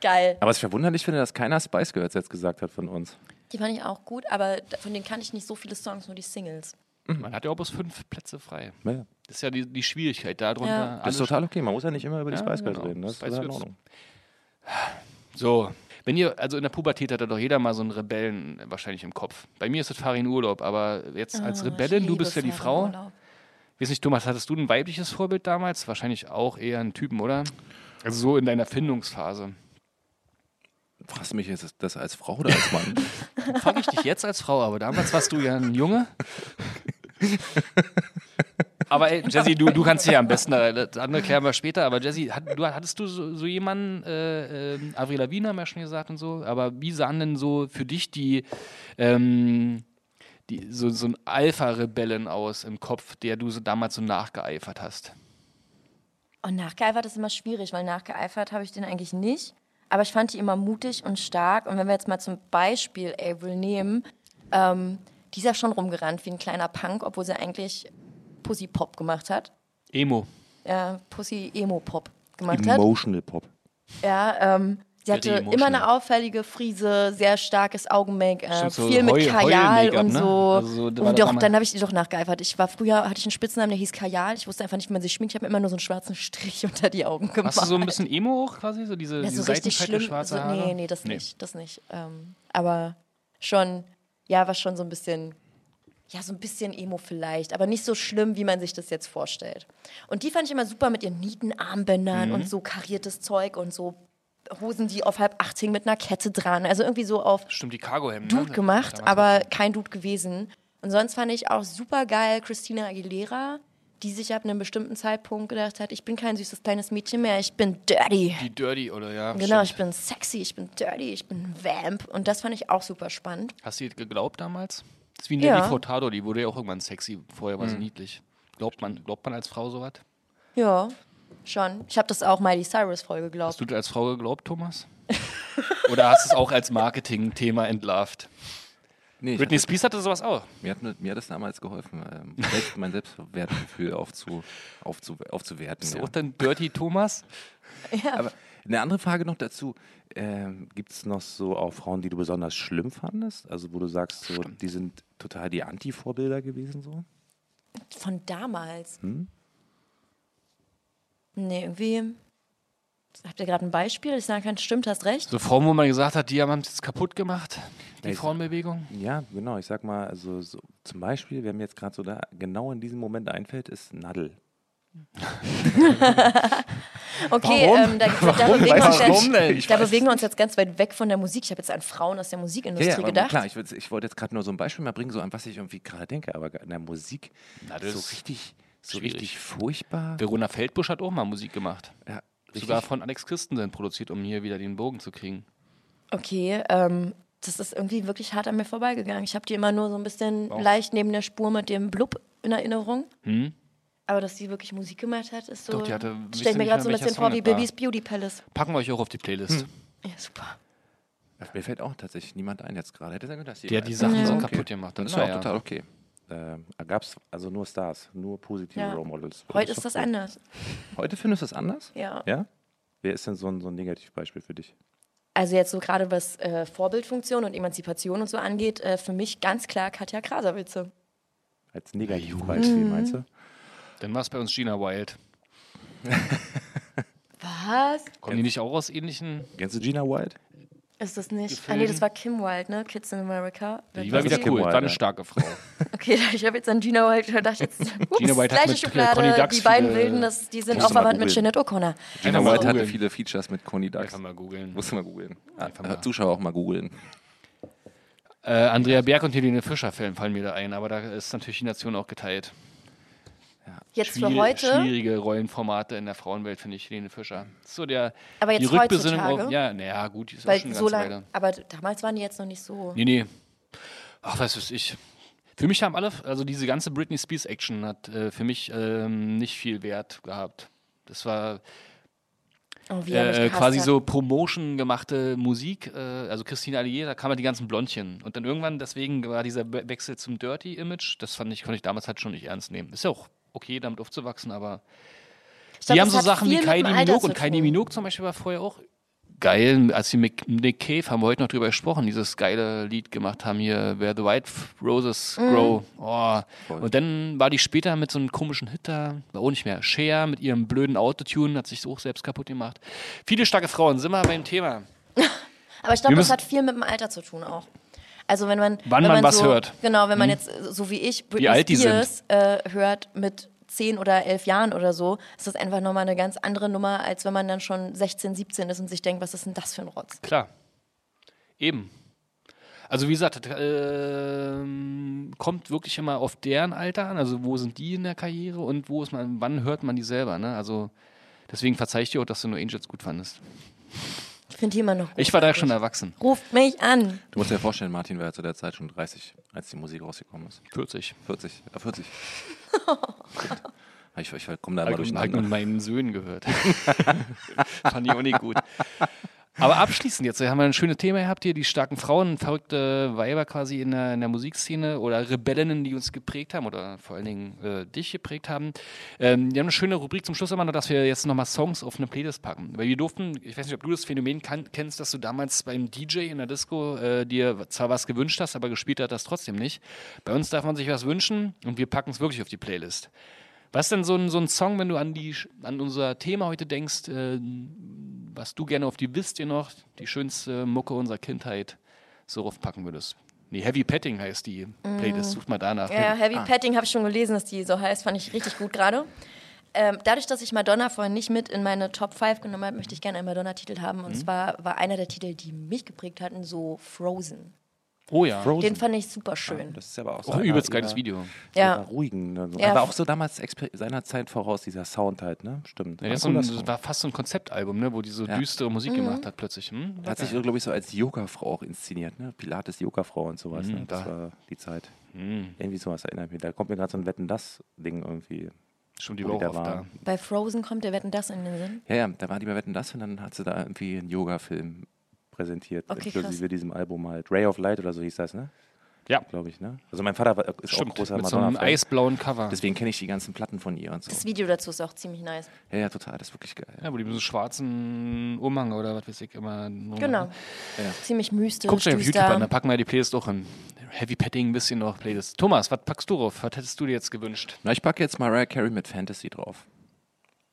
S2: Geil.
S1: Aber es ist verwunderlich finde, dass keiner Spice Girls jetzt gesagt hat von uns.
S2: Die fand ich auch gut, aber da- von denen kannte ich nicht so viele Songs, nur die Singles.
S3: Man hat ja auch bloß fünf Plätze frei.
S1: Mhm. Ja.
S3: Das ist ja die, die Schwierigkeit darunter.
S2: Ja.
S1: Das ist
S3: alle-
S1: total okay. Man muss ja nicht immer über die
S3: Ja,
S1: Spice Girls
S3: genau.
S1: reden. Das ist
S3: Spice
S1: total in
S3: Girls.
S1: Ordnung.
S3: So, wenn ihr, also in der Pubertät hatte doch jeder mal so einen Rebellen äh, wahrscheinlich im Kopf. Bei mir ist das Farin Urlaub, aber jetzt als
S2: Ah,
S3: Rebellin,
S2: ich
S3: du
S2: liebe
S3: bist ja die
S2: Farin
S3: Frau.
S2: Urlaub.
S3: Weiß nicht, Thomas, hattest du ein weibliches Vorbild damals? Wahrscheinlich auch eher einen Typen, oder? Also so in deiner Findungsphase.
S1: Fragst du mich jetzt das als Frau oder als Mann?
S3: Frag ich dich jetzt als Frau, aber damals warst du ja ein Junge. Aber ey, Jesse, du, du kannst dich ja am besten, äh, das andere klären wir später, aber Jesse, hat, du, hattest du so, so jemanden, äh, ähm, Avril Lavigne haben wir schon gesagt und so, aber wie sahen denn so für dich die, ähm, die so, so ein Alpha-Rebellen aus im Kopf, der du so damals so nachgeeifert hast?
S2: Und nachgeeifert ist immer schwierig, weil nachgeeifert habe ich den eigentlich nicht. Aber ich fand die immer mutig und stark. Und wenn wir jetzt mal zum Beispiel Avril nehmen, ähm, die ist ja schon rumgerannt wie ein kleiner Punk, obwohl sie eigentlich Pussy-Pop gemacht hat.
S3: Emo.
S2: Äh, Pussy-Emo-Pop gemacht hat.
S1: Emotional Pop.
S2: Ja, ähm, sie hatte
S3: Very emotional.
S2: immer eine auffällige Frise, sehr starkes Augen-Make-up,
S3: Stimmt, so
S2: viel mit
S3: Heul-
S2: Kajal
S3: Heul-Make-up,
S2: und
S3: ne?
S2: so.
S3: Also so, da war
S2: und
S3: doch
S2: doch,
S3: immer-
S2: dann habe ich die doch nachgeeifert. Ich war früher, hatte ich einen Spitznamen, der hieß Kajal. Ich wusste einfach nicht, wie man sich schminkt. Ich habe immer nur so einen schwarzen Strich unter die Augen gemacht.
S3: Hast du so ein bisschen Emo auch quasi? So diese,
S2: Ja,
S3: diese
S2: so richtig
S3: Seitenfälte,
S2: schlimm.
S3: schwarze
S2: so,
S3: Haare?
S2: nee, nee, das nicht. Das nicht. Ähm, aber schon, ja, war schon so ein bisschen. ja, so ein bisschen Emo vielleicht, aber nicht so schlimm, wie man sich das jetzt vorstellt. Und die fand ich immer super mit ihren Nietenarmbändern
S3: Mhm.
S2: und so kariertes Zeug und so Hosen, die auf halb acht hingen mit einer Kette dran. Also irgendwie so auf
S3: Stimmt, die Cargo-Hemden.
S2: Dude
S3: ne?
S2: gemacht,
S3: Damals
S2: aber kein Dude gewesen. Und sonst fand ich auch super geil Christina Aguilera, die sich ab einem bestimmten Zeitpunkt gedacht hat, ich bin kein süßes kleines Mädchen mehr, ich bin dirty.
S3: Die Dirty, oder ja.
S2: Genau,
S3: stimmt.
S2: ich bin sexy, ich bin dirty, ich bin ein Vamp. Und das fand ich auch super spannend.
S3: Hast du ihr geglaubt damals? Das ist wie
S2: Ja.
S3: Nelly Furtado, die wurde ja auch irgendwann sexy. Vorher war sie niedlich. Glaubt man, glaubt man als Frau sowas?
S2: Ja, schon. Ich habe das auch Miley Cyrus voll geglaubt.
S3: Hast du das als Frau geglaubt, Thomas? Oder hast du es auch als Marketing-Thema entlarvt?
S1: Nee, ich
S3: Britney Spears hatte sowas auch.
S1: Mir hat, mir hat das damals geholfen, ähm, selbst mein Selbstwertgefühl aufzu, aufzu, aufzuwerten.
S3: Bist
S1: ja.
S3: du auch dann Dirty Thomas?
S1: Aber eine andere Frage noch dazu. Ähm, Gibt es noch so auch Frauen, die du besonders schlimm fandest? Also wo du sagst, so, die sind total die Anti-Vorbilder gewesen so?
S2: Von damals.
S3: Hm?
S2: Nee, irgendwie. Habt ihr gerade ein Beispiel? Ich sage kein stimmt, hast recht.
S3: So Frauen, wo man gesagt hat, die haben es jetzt kaputt gemacht, die
S1: Nee, so-
S3: Frauenbewegung.
S1: Ja, genau. Ich sag mal, also so, zum Beispiel, wer mir jetzt gerade so da genau in diesem Moment einfällt, ist Nadel.
S2: Okay,
S3: Warum?
S2: ähm, da, da, bewegen wir uns
S3: Weißt du,
S2: jetzt,
S3: warum denn? Ich
S2: da bewegen wir uns jetzt ganz weit weg von der Musik. Ich habe jetzt an Frauen aus der Musikindustrie
S1: aber
S2: gedacht.
S1: klar, ich, würd's- ich wollte jetzt gerade nur so ein Beispiel mal bringen, so an was ich irgendwie gerade denke, aber in der Musik
S3: das
S1: so
S3: ist
S1: richtig, so
S3: schwierig.
S1: richtig furchtbar.
S3: Verona Feldbusch hat auch mal Musik gemacht.
S1: Ja,
S3: Sogar von Alex Christensen produziert, um hier wieder den Bogen zu kriegen.
S2: Okay, ähm, das ist irgendwie wirklich hart an mir vorbeigegangen. Ich habe die immer nur so ein bisschen leicht neben der Spur mit dem Blub in Erinnerung. Aber dass sie wirklich Musik gemacht hat, ist so.
S3: Hm? Doch, die hatte- wisst
S2: stell
S3: ihr
S2: ich mir
S3: nicht
S2: gerade so
S3: mehr,
S2: ein
S3: welcher
S2: bisschen vor
S3: Song
S2: wie
S3: das war?
S2: Bibis Beauty Palace.
S3: Packen wir euch auch auf die Playlist.
S2: Ja, super.
S1: Mir fällt auch tatsächlich niemand ein jetzt gerade. Hätte sein können, dass
S3: Der hat die Sachen
S1: Ja,
S3: so
S1: okay.
S3: kaputt gemacht.
S1: Dann
S3: hat.
S1: ist ja auch
S3: Naja.
S1: total okay. Ähm, gab es also nur Stars, nur positive
S2: Ja.
S1: Role Models.
S3: Oh,
S2: Heute
S1: doch
S2: ist das
S1: gut.
S2: anders.
S1: Heute findest du es anders?
S2: Ja.
S1: ja? Wer ist denn so ein, so ein Negativbeispiel für dich?
S2: Also jetzt so gerade was äh, Vorbildfunktion und Emanzipation und so angeht, äh, für mich ganz klar Katja Krasavice.
S1: Als Negativbeispiel, meinst du?
S3: Dann war es bei uns Gina Wild.
S2: Was?
S3: Kommen die nicht auch aus ähnlichen?
S1: Kennst du Gina White?
S2: Ist das nicht? Ah,
S3: Gefilmt.
S2: nee, das war Kim Wilde, ne? Kids in America.
S3: Die war
S1: ist
S3: wieder
S1: Kim
S3: cool,
S1: Wilde,
S3: war eine
S1: ja.
S3: starke Frau.
S2: Okay, ich habe jetzt an Gina Wilde gedacht, jetzt ups,
S3: Gina Wilde hat
S2: gleiche
S3: mit, äh, Connie
S2: Schublade.
S3: Dax
S2: Die beiden
S3: viele-
S2: Wilden, das, die sind
S1: Musst
S2: auch
S1: du mal
S2: verwandt mit
S1: googeln.
S2: Jeanette O'Connor.
S1: Gina
S3: Einfach mal
S1: White Genau, hatte
S3: googeln.
S1: viele Features mit Conny
S3: Da
S1: Dax.
S3: kann man googeln.
S1: Musst du mal googeln.
S3: Einfach
S1: Ah,
S3: mal.
S1: Zuschauer auch mal googeln.
S3: Äh, Andrea Berg und Helene Fischer fallen, fallen mir da ein, aber da ist natürlich die Nation auch geteilt.
S2: Jetzt für
S3: Schwier-
S2: heute,
S3: Schwierige Rollenformate in der Frauenwelt, finde ich, Helene Fischer. So der,
S2: Aber jetzt
S3: die Rückbesinnung
S2: heutzutage?
S3: auf, ja, naja, gut, die ist auch schon
S2: weil
S3: eine
S2: so
S3: ganze
S2: lange,
S3: Weile.
S2: aber damals waren die jetzt noch nicht so.
S3: Nee, nee. Ach, was weiß ich. Für mich haben alle, also diese ganze Britney Spears Action hat äh, für mich ähm, nicht viel Wert gehabt. Das war
S2: Oh, wie er mich
S3: äh,
S2: gehasst
S3: quasi
S2: hat.
S3: so Promotion gemachte Musik. Äh, also Christine Allier, da kamen halt die ganzen Blondchen. Und dann irgendwann, deswegen war dieser Be- Wechsel zum Dirty-Image, das fand ich, konnte ich damals halt schon nicht ernst nehmen. Ist ja auch okay, damit aufzuwachsen, aber
S2: Ich glaub,
S3: die haben
S2: das
S3: so
S2: hat
S3: Sachen wie
S2: viel mit dem
S3: Kylie
S2: Alter
S3: Minogue
S2: zu
S3: und Kylie
S2: tun.
S3: Minogue zum Beispiel war vorher auch geil, als die Mick- Nick Cave, haben wir heute noch drüber gesprochen, dieses geile Lied gemacht haben hier, Where the White Roses
S2: Mhm.
S3: Grow. Oh. Und dann war die später mit so einem komischen Hitter, war auch nicht mehr. Cher mit ihrem blöden Autotune hat sich so auch selbst kaputt gemacht. Viele starke Frauen, sind wir beim
S2: Aber
S3: Thema.
S2: ich
S3: Wir
S2: glaube, das
S3: müssen-
S2: hat viel mit dem Alter zu tun auch. Also wenn man
S3: Wann
S2: wenn
S3: man was
S2: so,
S3: hört. Mhm.
S2: Genau, wenn man jetzt äh, so wie ich Britney
S3: alt die
S2: Spears äh, hört mit zehn oder elf Jahren oder so, ist das einfach nochmal eine ganz andere Nummer, als wenn man dann schon 16, 17 ist und sich denkt, was ist denn das für ein Rotz?
S3: Klar. Eben. Also wie gesagt, das, ähm, kommt wirklich immer auf deren Alter an. Also wo sind die in der Karriere und wo ist man, wann hört man die selber? Ne? Also deswegen verzeih ich dir auch, dass du nur Angels gut fandest.
S2: Ich finde die immer noch.
S3: Ich war da
S2: großartig.
S3: schon erwachsen.
S2: Ruft mich an.
S1: Du musst dir vorstellen, Martin war ja zu der Zeit schon 30, als die Musik rausgekommen ist.
S3: 40.
S1: 40, äh, 40. Gut. ich ich komme da immer
S3: Hab ich hab ich mit
S1: durcheinander.
S3: meinen Söhnen gehört. Fand ich auch nicht gut. Aber abschließend jetzt, haben wir ein schönes Thema gehabt hier, die starken Frauen, verrückte Weiber quasi in der, in der Musikszene oder Rebellinnen, die uns geprägt haben oder vor allen Dingen äh, dich geprägt haben. Ähm, wir haben eine schöne Rubrik zum Schluss immer noch, dass wir jetzt nochmal Songs auf eine Playlist packen. Weil wir durften, ich weiß nicht, ob du das Phänomen kan kennst, dass du damals beim DJ in der Disco äh, dir zwar was gewünscht hast, aber gespielt hat das trotzdem nicht. Bei uns darf man sich was wünschen und wir packen es wirklich auf die Playlist. Was ist denn so ein, so ein Song, wenn du an, die, an unser Thema heute denkst, äh, was du gerne auf die Wisst ihr noch, die schönste Mucke unserer Kindheit, so raufpacken würdest? Nee, Heavy Petting heißt die Playlist. Sucht mal danach.
S2: Mhm. Ja,
S1: Ah.
S2: Heavy Petting habe ich schon gelesen, dass die so heißt. Fand ich richtig gut gerade. Ähm, dadurch, dass ich Madonna vorhin nicht mit in meine Top 5 genommen habe, möchte ich gerne einen Madonna-Titel haben. Und
S1: Mhm.
S2: zwar war einer der Titel, die mich geprägt hatten, so Frozen.
S3: Oh ja.
S1: Frozen.
S2: Den fand ich super schön.
S1: Das ist aber auch, so
S3: Auch äh, ein
S1: einer
S3: übelst
S1: ihrer-
S3: geiles Video.
S1: ihrer
S2: Ja.
S1: ruhigen. Ne? So.
S2: Ja.
S1: Aber auch so damals exper- seiner Zeit voraus, dieser Sound halt, ne? Stimmt.
S3: Ja,
S1: War
S3: das, ist so
S1: ein
S3: ein,
S1: cooler Song.
S3: das war fast so ein Konzeptalbum, ne, wo die so
S1: Ja.
S3: düstere Musik
S2: Mhm.
S3: gemacht hat plötzlich. Hm?
S1: Hat sich, glaube ich, so als Yoga-Frau auch inszeniert, ne? Pilates, Yoga-Frau und sowas. ne?
S3: Mhm,
S1: Das
S3: da- Mhm.
S1: war die Zeit. Irgendwie sowas erinnert mich. Da kommt mir gerade so ein Wetten-Das-Ding irgendwie.
S3: Stimmt, die
S1: wo
S3: war auch
S1: die da
S3: oft da.
S1: waren.
S2: Bei Frozen kommt der Wetten das in den Sinn.
S1: Ja, ja, da war die bei Wetten Das und dann hat sie da irgendwie einen Yoga-Film präsentiert,
S2: Okay,
S1: inklusive diesem Album halt. Ray of Light oder so hieß das, ne?
S3: Ja,
S1: Glaube ich, ne? Also mein Vater war, ist auch
S3: stimmt.
S1: großer
S3: Mit so einem
S1: Madonna-Fan.
S3: eisblauen Cover.
S1: Deswegen kenne ich die ganzen Platten von ihr und so.
S2: Das Video dazu ist auch ziemlich nice.
S1: Ja, ja, total, das ist wirklich geil.
S3: ja, wo die mit so schwarzen Umhang oder was weiß ich immer.
S2: Genau. Ziemlich mystisch.
S3: Guckt euch auf YouTube
S2: düster.
S3: an, dann packen wir die Playlist auch hin. Heavy Petting ein bisschen noch Playlist. Thomas, was packst du drauf? Was hättest du dir jetzt gewünscht?
S1: Na, ich packe jetzt Mariah Carey mit Fantasy drauf.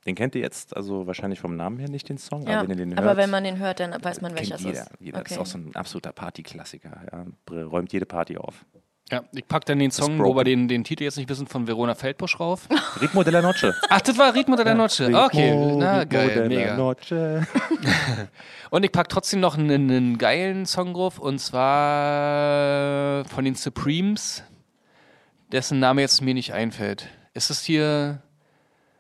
S1: Den kennt ihr jetzt, also wahrscheinlich vom Namen her nicht den Song,
S2: Ja.
S1: aber wenn ihr den hört.
S2: Aber wenn man den hört, dann weiß man,
S1: kennt
S2: welcher es
S1: jeder.
S2: ist.
S1: jeder. Das ist auch so ein absoluter Partyklassiker. Ja. Br- Räumt jede Party auf.
S3: Ja, ich pack dann den Song, wo
S1: Broken.
S3: wir den, den Titel jetzt nicht wissen, von Verona Feldbusch rauf.
S1: Rigmo della Noce.
S3: Ach, das war Ritmo della Noche. Okay,
S1: Ritmo,
S3: na
S1: Ritmo
S3: geil,
S1: della
S3: mega.
S1: Noce.
S3: Und ich pack trotzdem noch einen, einen geilen Song drauf und zwar von den Supremes, dessen Name jetzt mir nicht einfällt. Ist es hier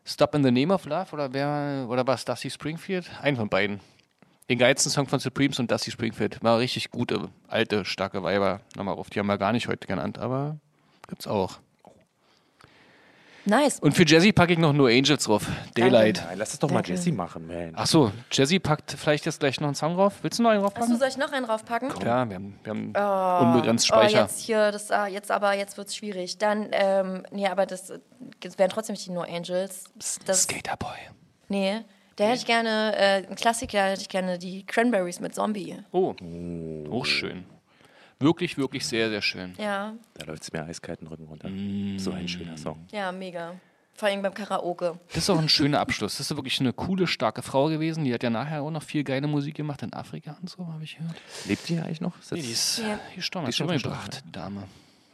S3: Stop in the Name of Love oder wer oder was Dusty Springfield? Einen von beiden. Den geilsten Song von Supremes und Dusty Springfield. War richtig gute, alte, starke Weiber. Nochmal auf, die haben wir gar nicht heute genannt, aber gibt's auch.
S2: Nice.
S3: Und für Jazzy packe ich noch No Angels drauf. Daylight.
S1: Nein, lass es doch mal Jesse machen, man.
S3: Ach so, Jazzy packt vielleicht jetzt gleich noch einen Song drauf. Willst du noch einen
S2: Achso,
S3: draufpacken?
S2: soll ich noch einen draufpacken?
S3: Klar, wir haben, wir haben unbegrenzt Speicher.
S2: Oh, jetzt hier, das, ah, jetzt aber, jetzt wird's schwierig. Dann, ähm, nee, aber das, äh, das wären trotzdem nicht die No Angels. Das,
S3: Skaterboy.
S2: nee, da hätte ich gerne, äh, ein Klassiker, da hätte ich gerne die Cranberries mit Zombie.
S3: Oh. Auch schön. Wirklich, wirklich sehr, sehr schön.
S2: Ja,
S1: Da läuft es mir eiskalten Rücken runter.
S3: Mm.
S1: So ein schöner Song.
S2: ja, mega. Vor allem beim Karaoke.
S3: Das ist auch ein schöner Abschluss. Das ist wirklich eine coole, starke Frau gewesen. Die hat ja nachher auch noch viel geile Musik gemacht in Afrika und so, habe ich gehört.
S1: Lebt die eigentlich noch? Ist
S3: Nee,
S1: jetzt-
S3: die ist
S2: Ja.
S3: gestorben.
S1: Die
S3: Die
S1: ist
S3: schon
S1: schon
S3: umgebracht, Dame.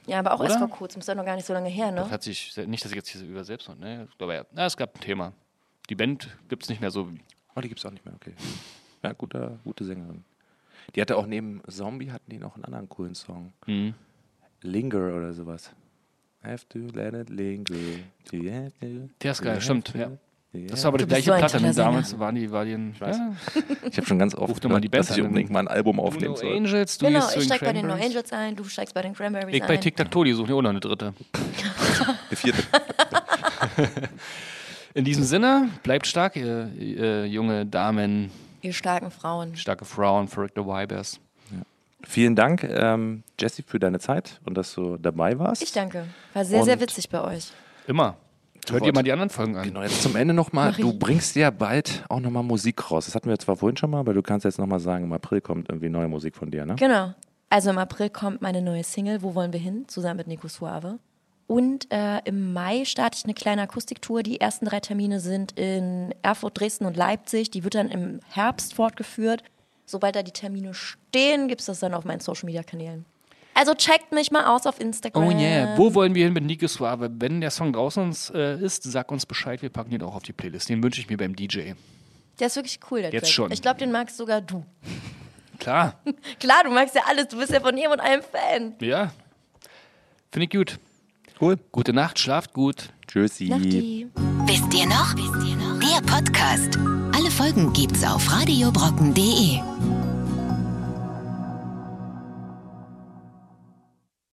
S2: Ja, aber auch erst
S3: Oder?
S2: vor kurzem, ist ja noch gar nicht so lange her,
S3: Das
S2: ne?
S3: hat sich, nicht, dass ich jetzt hier über selbst, ne? Ich glaube, ja. Na, es gab ein Thema. Die Band gibt es nicht mehr so.
S1: Oh, die gibt es auch nicht mehr, okay. Ja, gute, gute Sängerin. Die hatte auch neben Zombie, hatten die noch einen anderen coolen Song.
S3: Mhm.
S1: Linger oder sowas. Have to let it linger. You have to-
S3: Der ist geil,
S1: you have
S3: stimmt,
S1: to-
S3: ja.
S1: Yeah.
S3: Das war aber die
S2: Du bist
S3: gleiche
S2: so ein
S3: Platte.
S2: toller
S3: Ne? Damals waren die, war die ein,
S1: weiß.
S3: Ja.
S1: ich habe schon ganz
S3: Ruf
S1: oft
S3: doch mal
S1: gehört,
S3: die Band
S1: dass ich
S3: an,
S1: unbedingt mal ein Album
S3: No
S1: aufnehmen soll.
S3: Angels, du
S2: Genau,
S3: gehst zu
S2: ich
S3: den
S2: steig bei den No
S3: Cranberries.
S2: Angels ein, du steigst bei den Cranberries
S3: Ich
S2: ein.
S3: bei TikTok die suchen ja auch noch eine dritte.
S1: Die vierte.
S3: In diesem Sinne, bleibt stark, ihr, ihr junge Damen,
S2: Ihr starken Frauen.
S3: starke Frauen, verrückte Wybers.
S1: Vielen Dank, ähm, Jesse, für deine Zeit und dass du dabei warst.
S2: Ich danke. War sehr, sehr
S1: Und-
S2: witzig bei euch.
S3: Immer. Hört ihr
S1: Wort.
S3: mal die anderen Folgen an.
S1: Genau, jetzt zum Ende nochmal.
S2: Marie.
S1: Du bringst ja bald auch nochmal Musik raus. Das hatten wir zwar vorhin schon mal, aber du kannst jetzt nochmal sagen, im April kommt irgendwie neue Musik von dir, ne?
S2: Genau. Also im April kommt meine neue Single, Wo wollen wir hin? Zusammen mit Nico Suave. Und äh, im Mai starte ich eine kleine Akustiktour. Die ersten drei Termine sind in Erfurt, Dresden und Leipzig. Die wird dann im Herbst fortgeführt. Sobald da die Termine stehen, gibt es das dann auf meinen Social Media Kanälen. Also checkt mich mal aus auf Instagram.
S3: Oh yeah. Wo wollen wir hin mit Nico Suave? Wenn der Song draußen uns, äh, ist, sag uns Bescheid. Wir packen ihn auch auf die Playlist. Den wünsche ich mir beim DJ.
S2: Der ist wirklich cool, der
S3: Jetzt
S2: Track.
S3: schon.
S2: Ich glaube, den magst sogar du.
S3: Klar.
S2: Klar, du magst ja alles. Du bist ja von ihm und allem Fan.
S3: ja. Finde ich gut.
S1: Cool.
S3: Gute Nacht, schlaft gut.
S1: Tschüssi.
S2: Nachti.
S4: Wisst ihr noch? Der Podcast. Alle Folgen gibt's auf radiobrocken.de.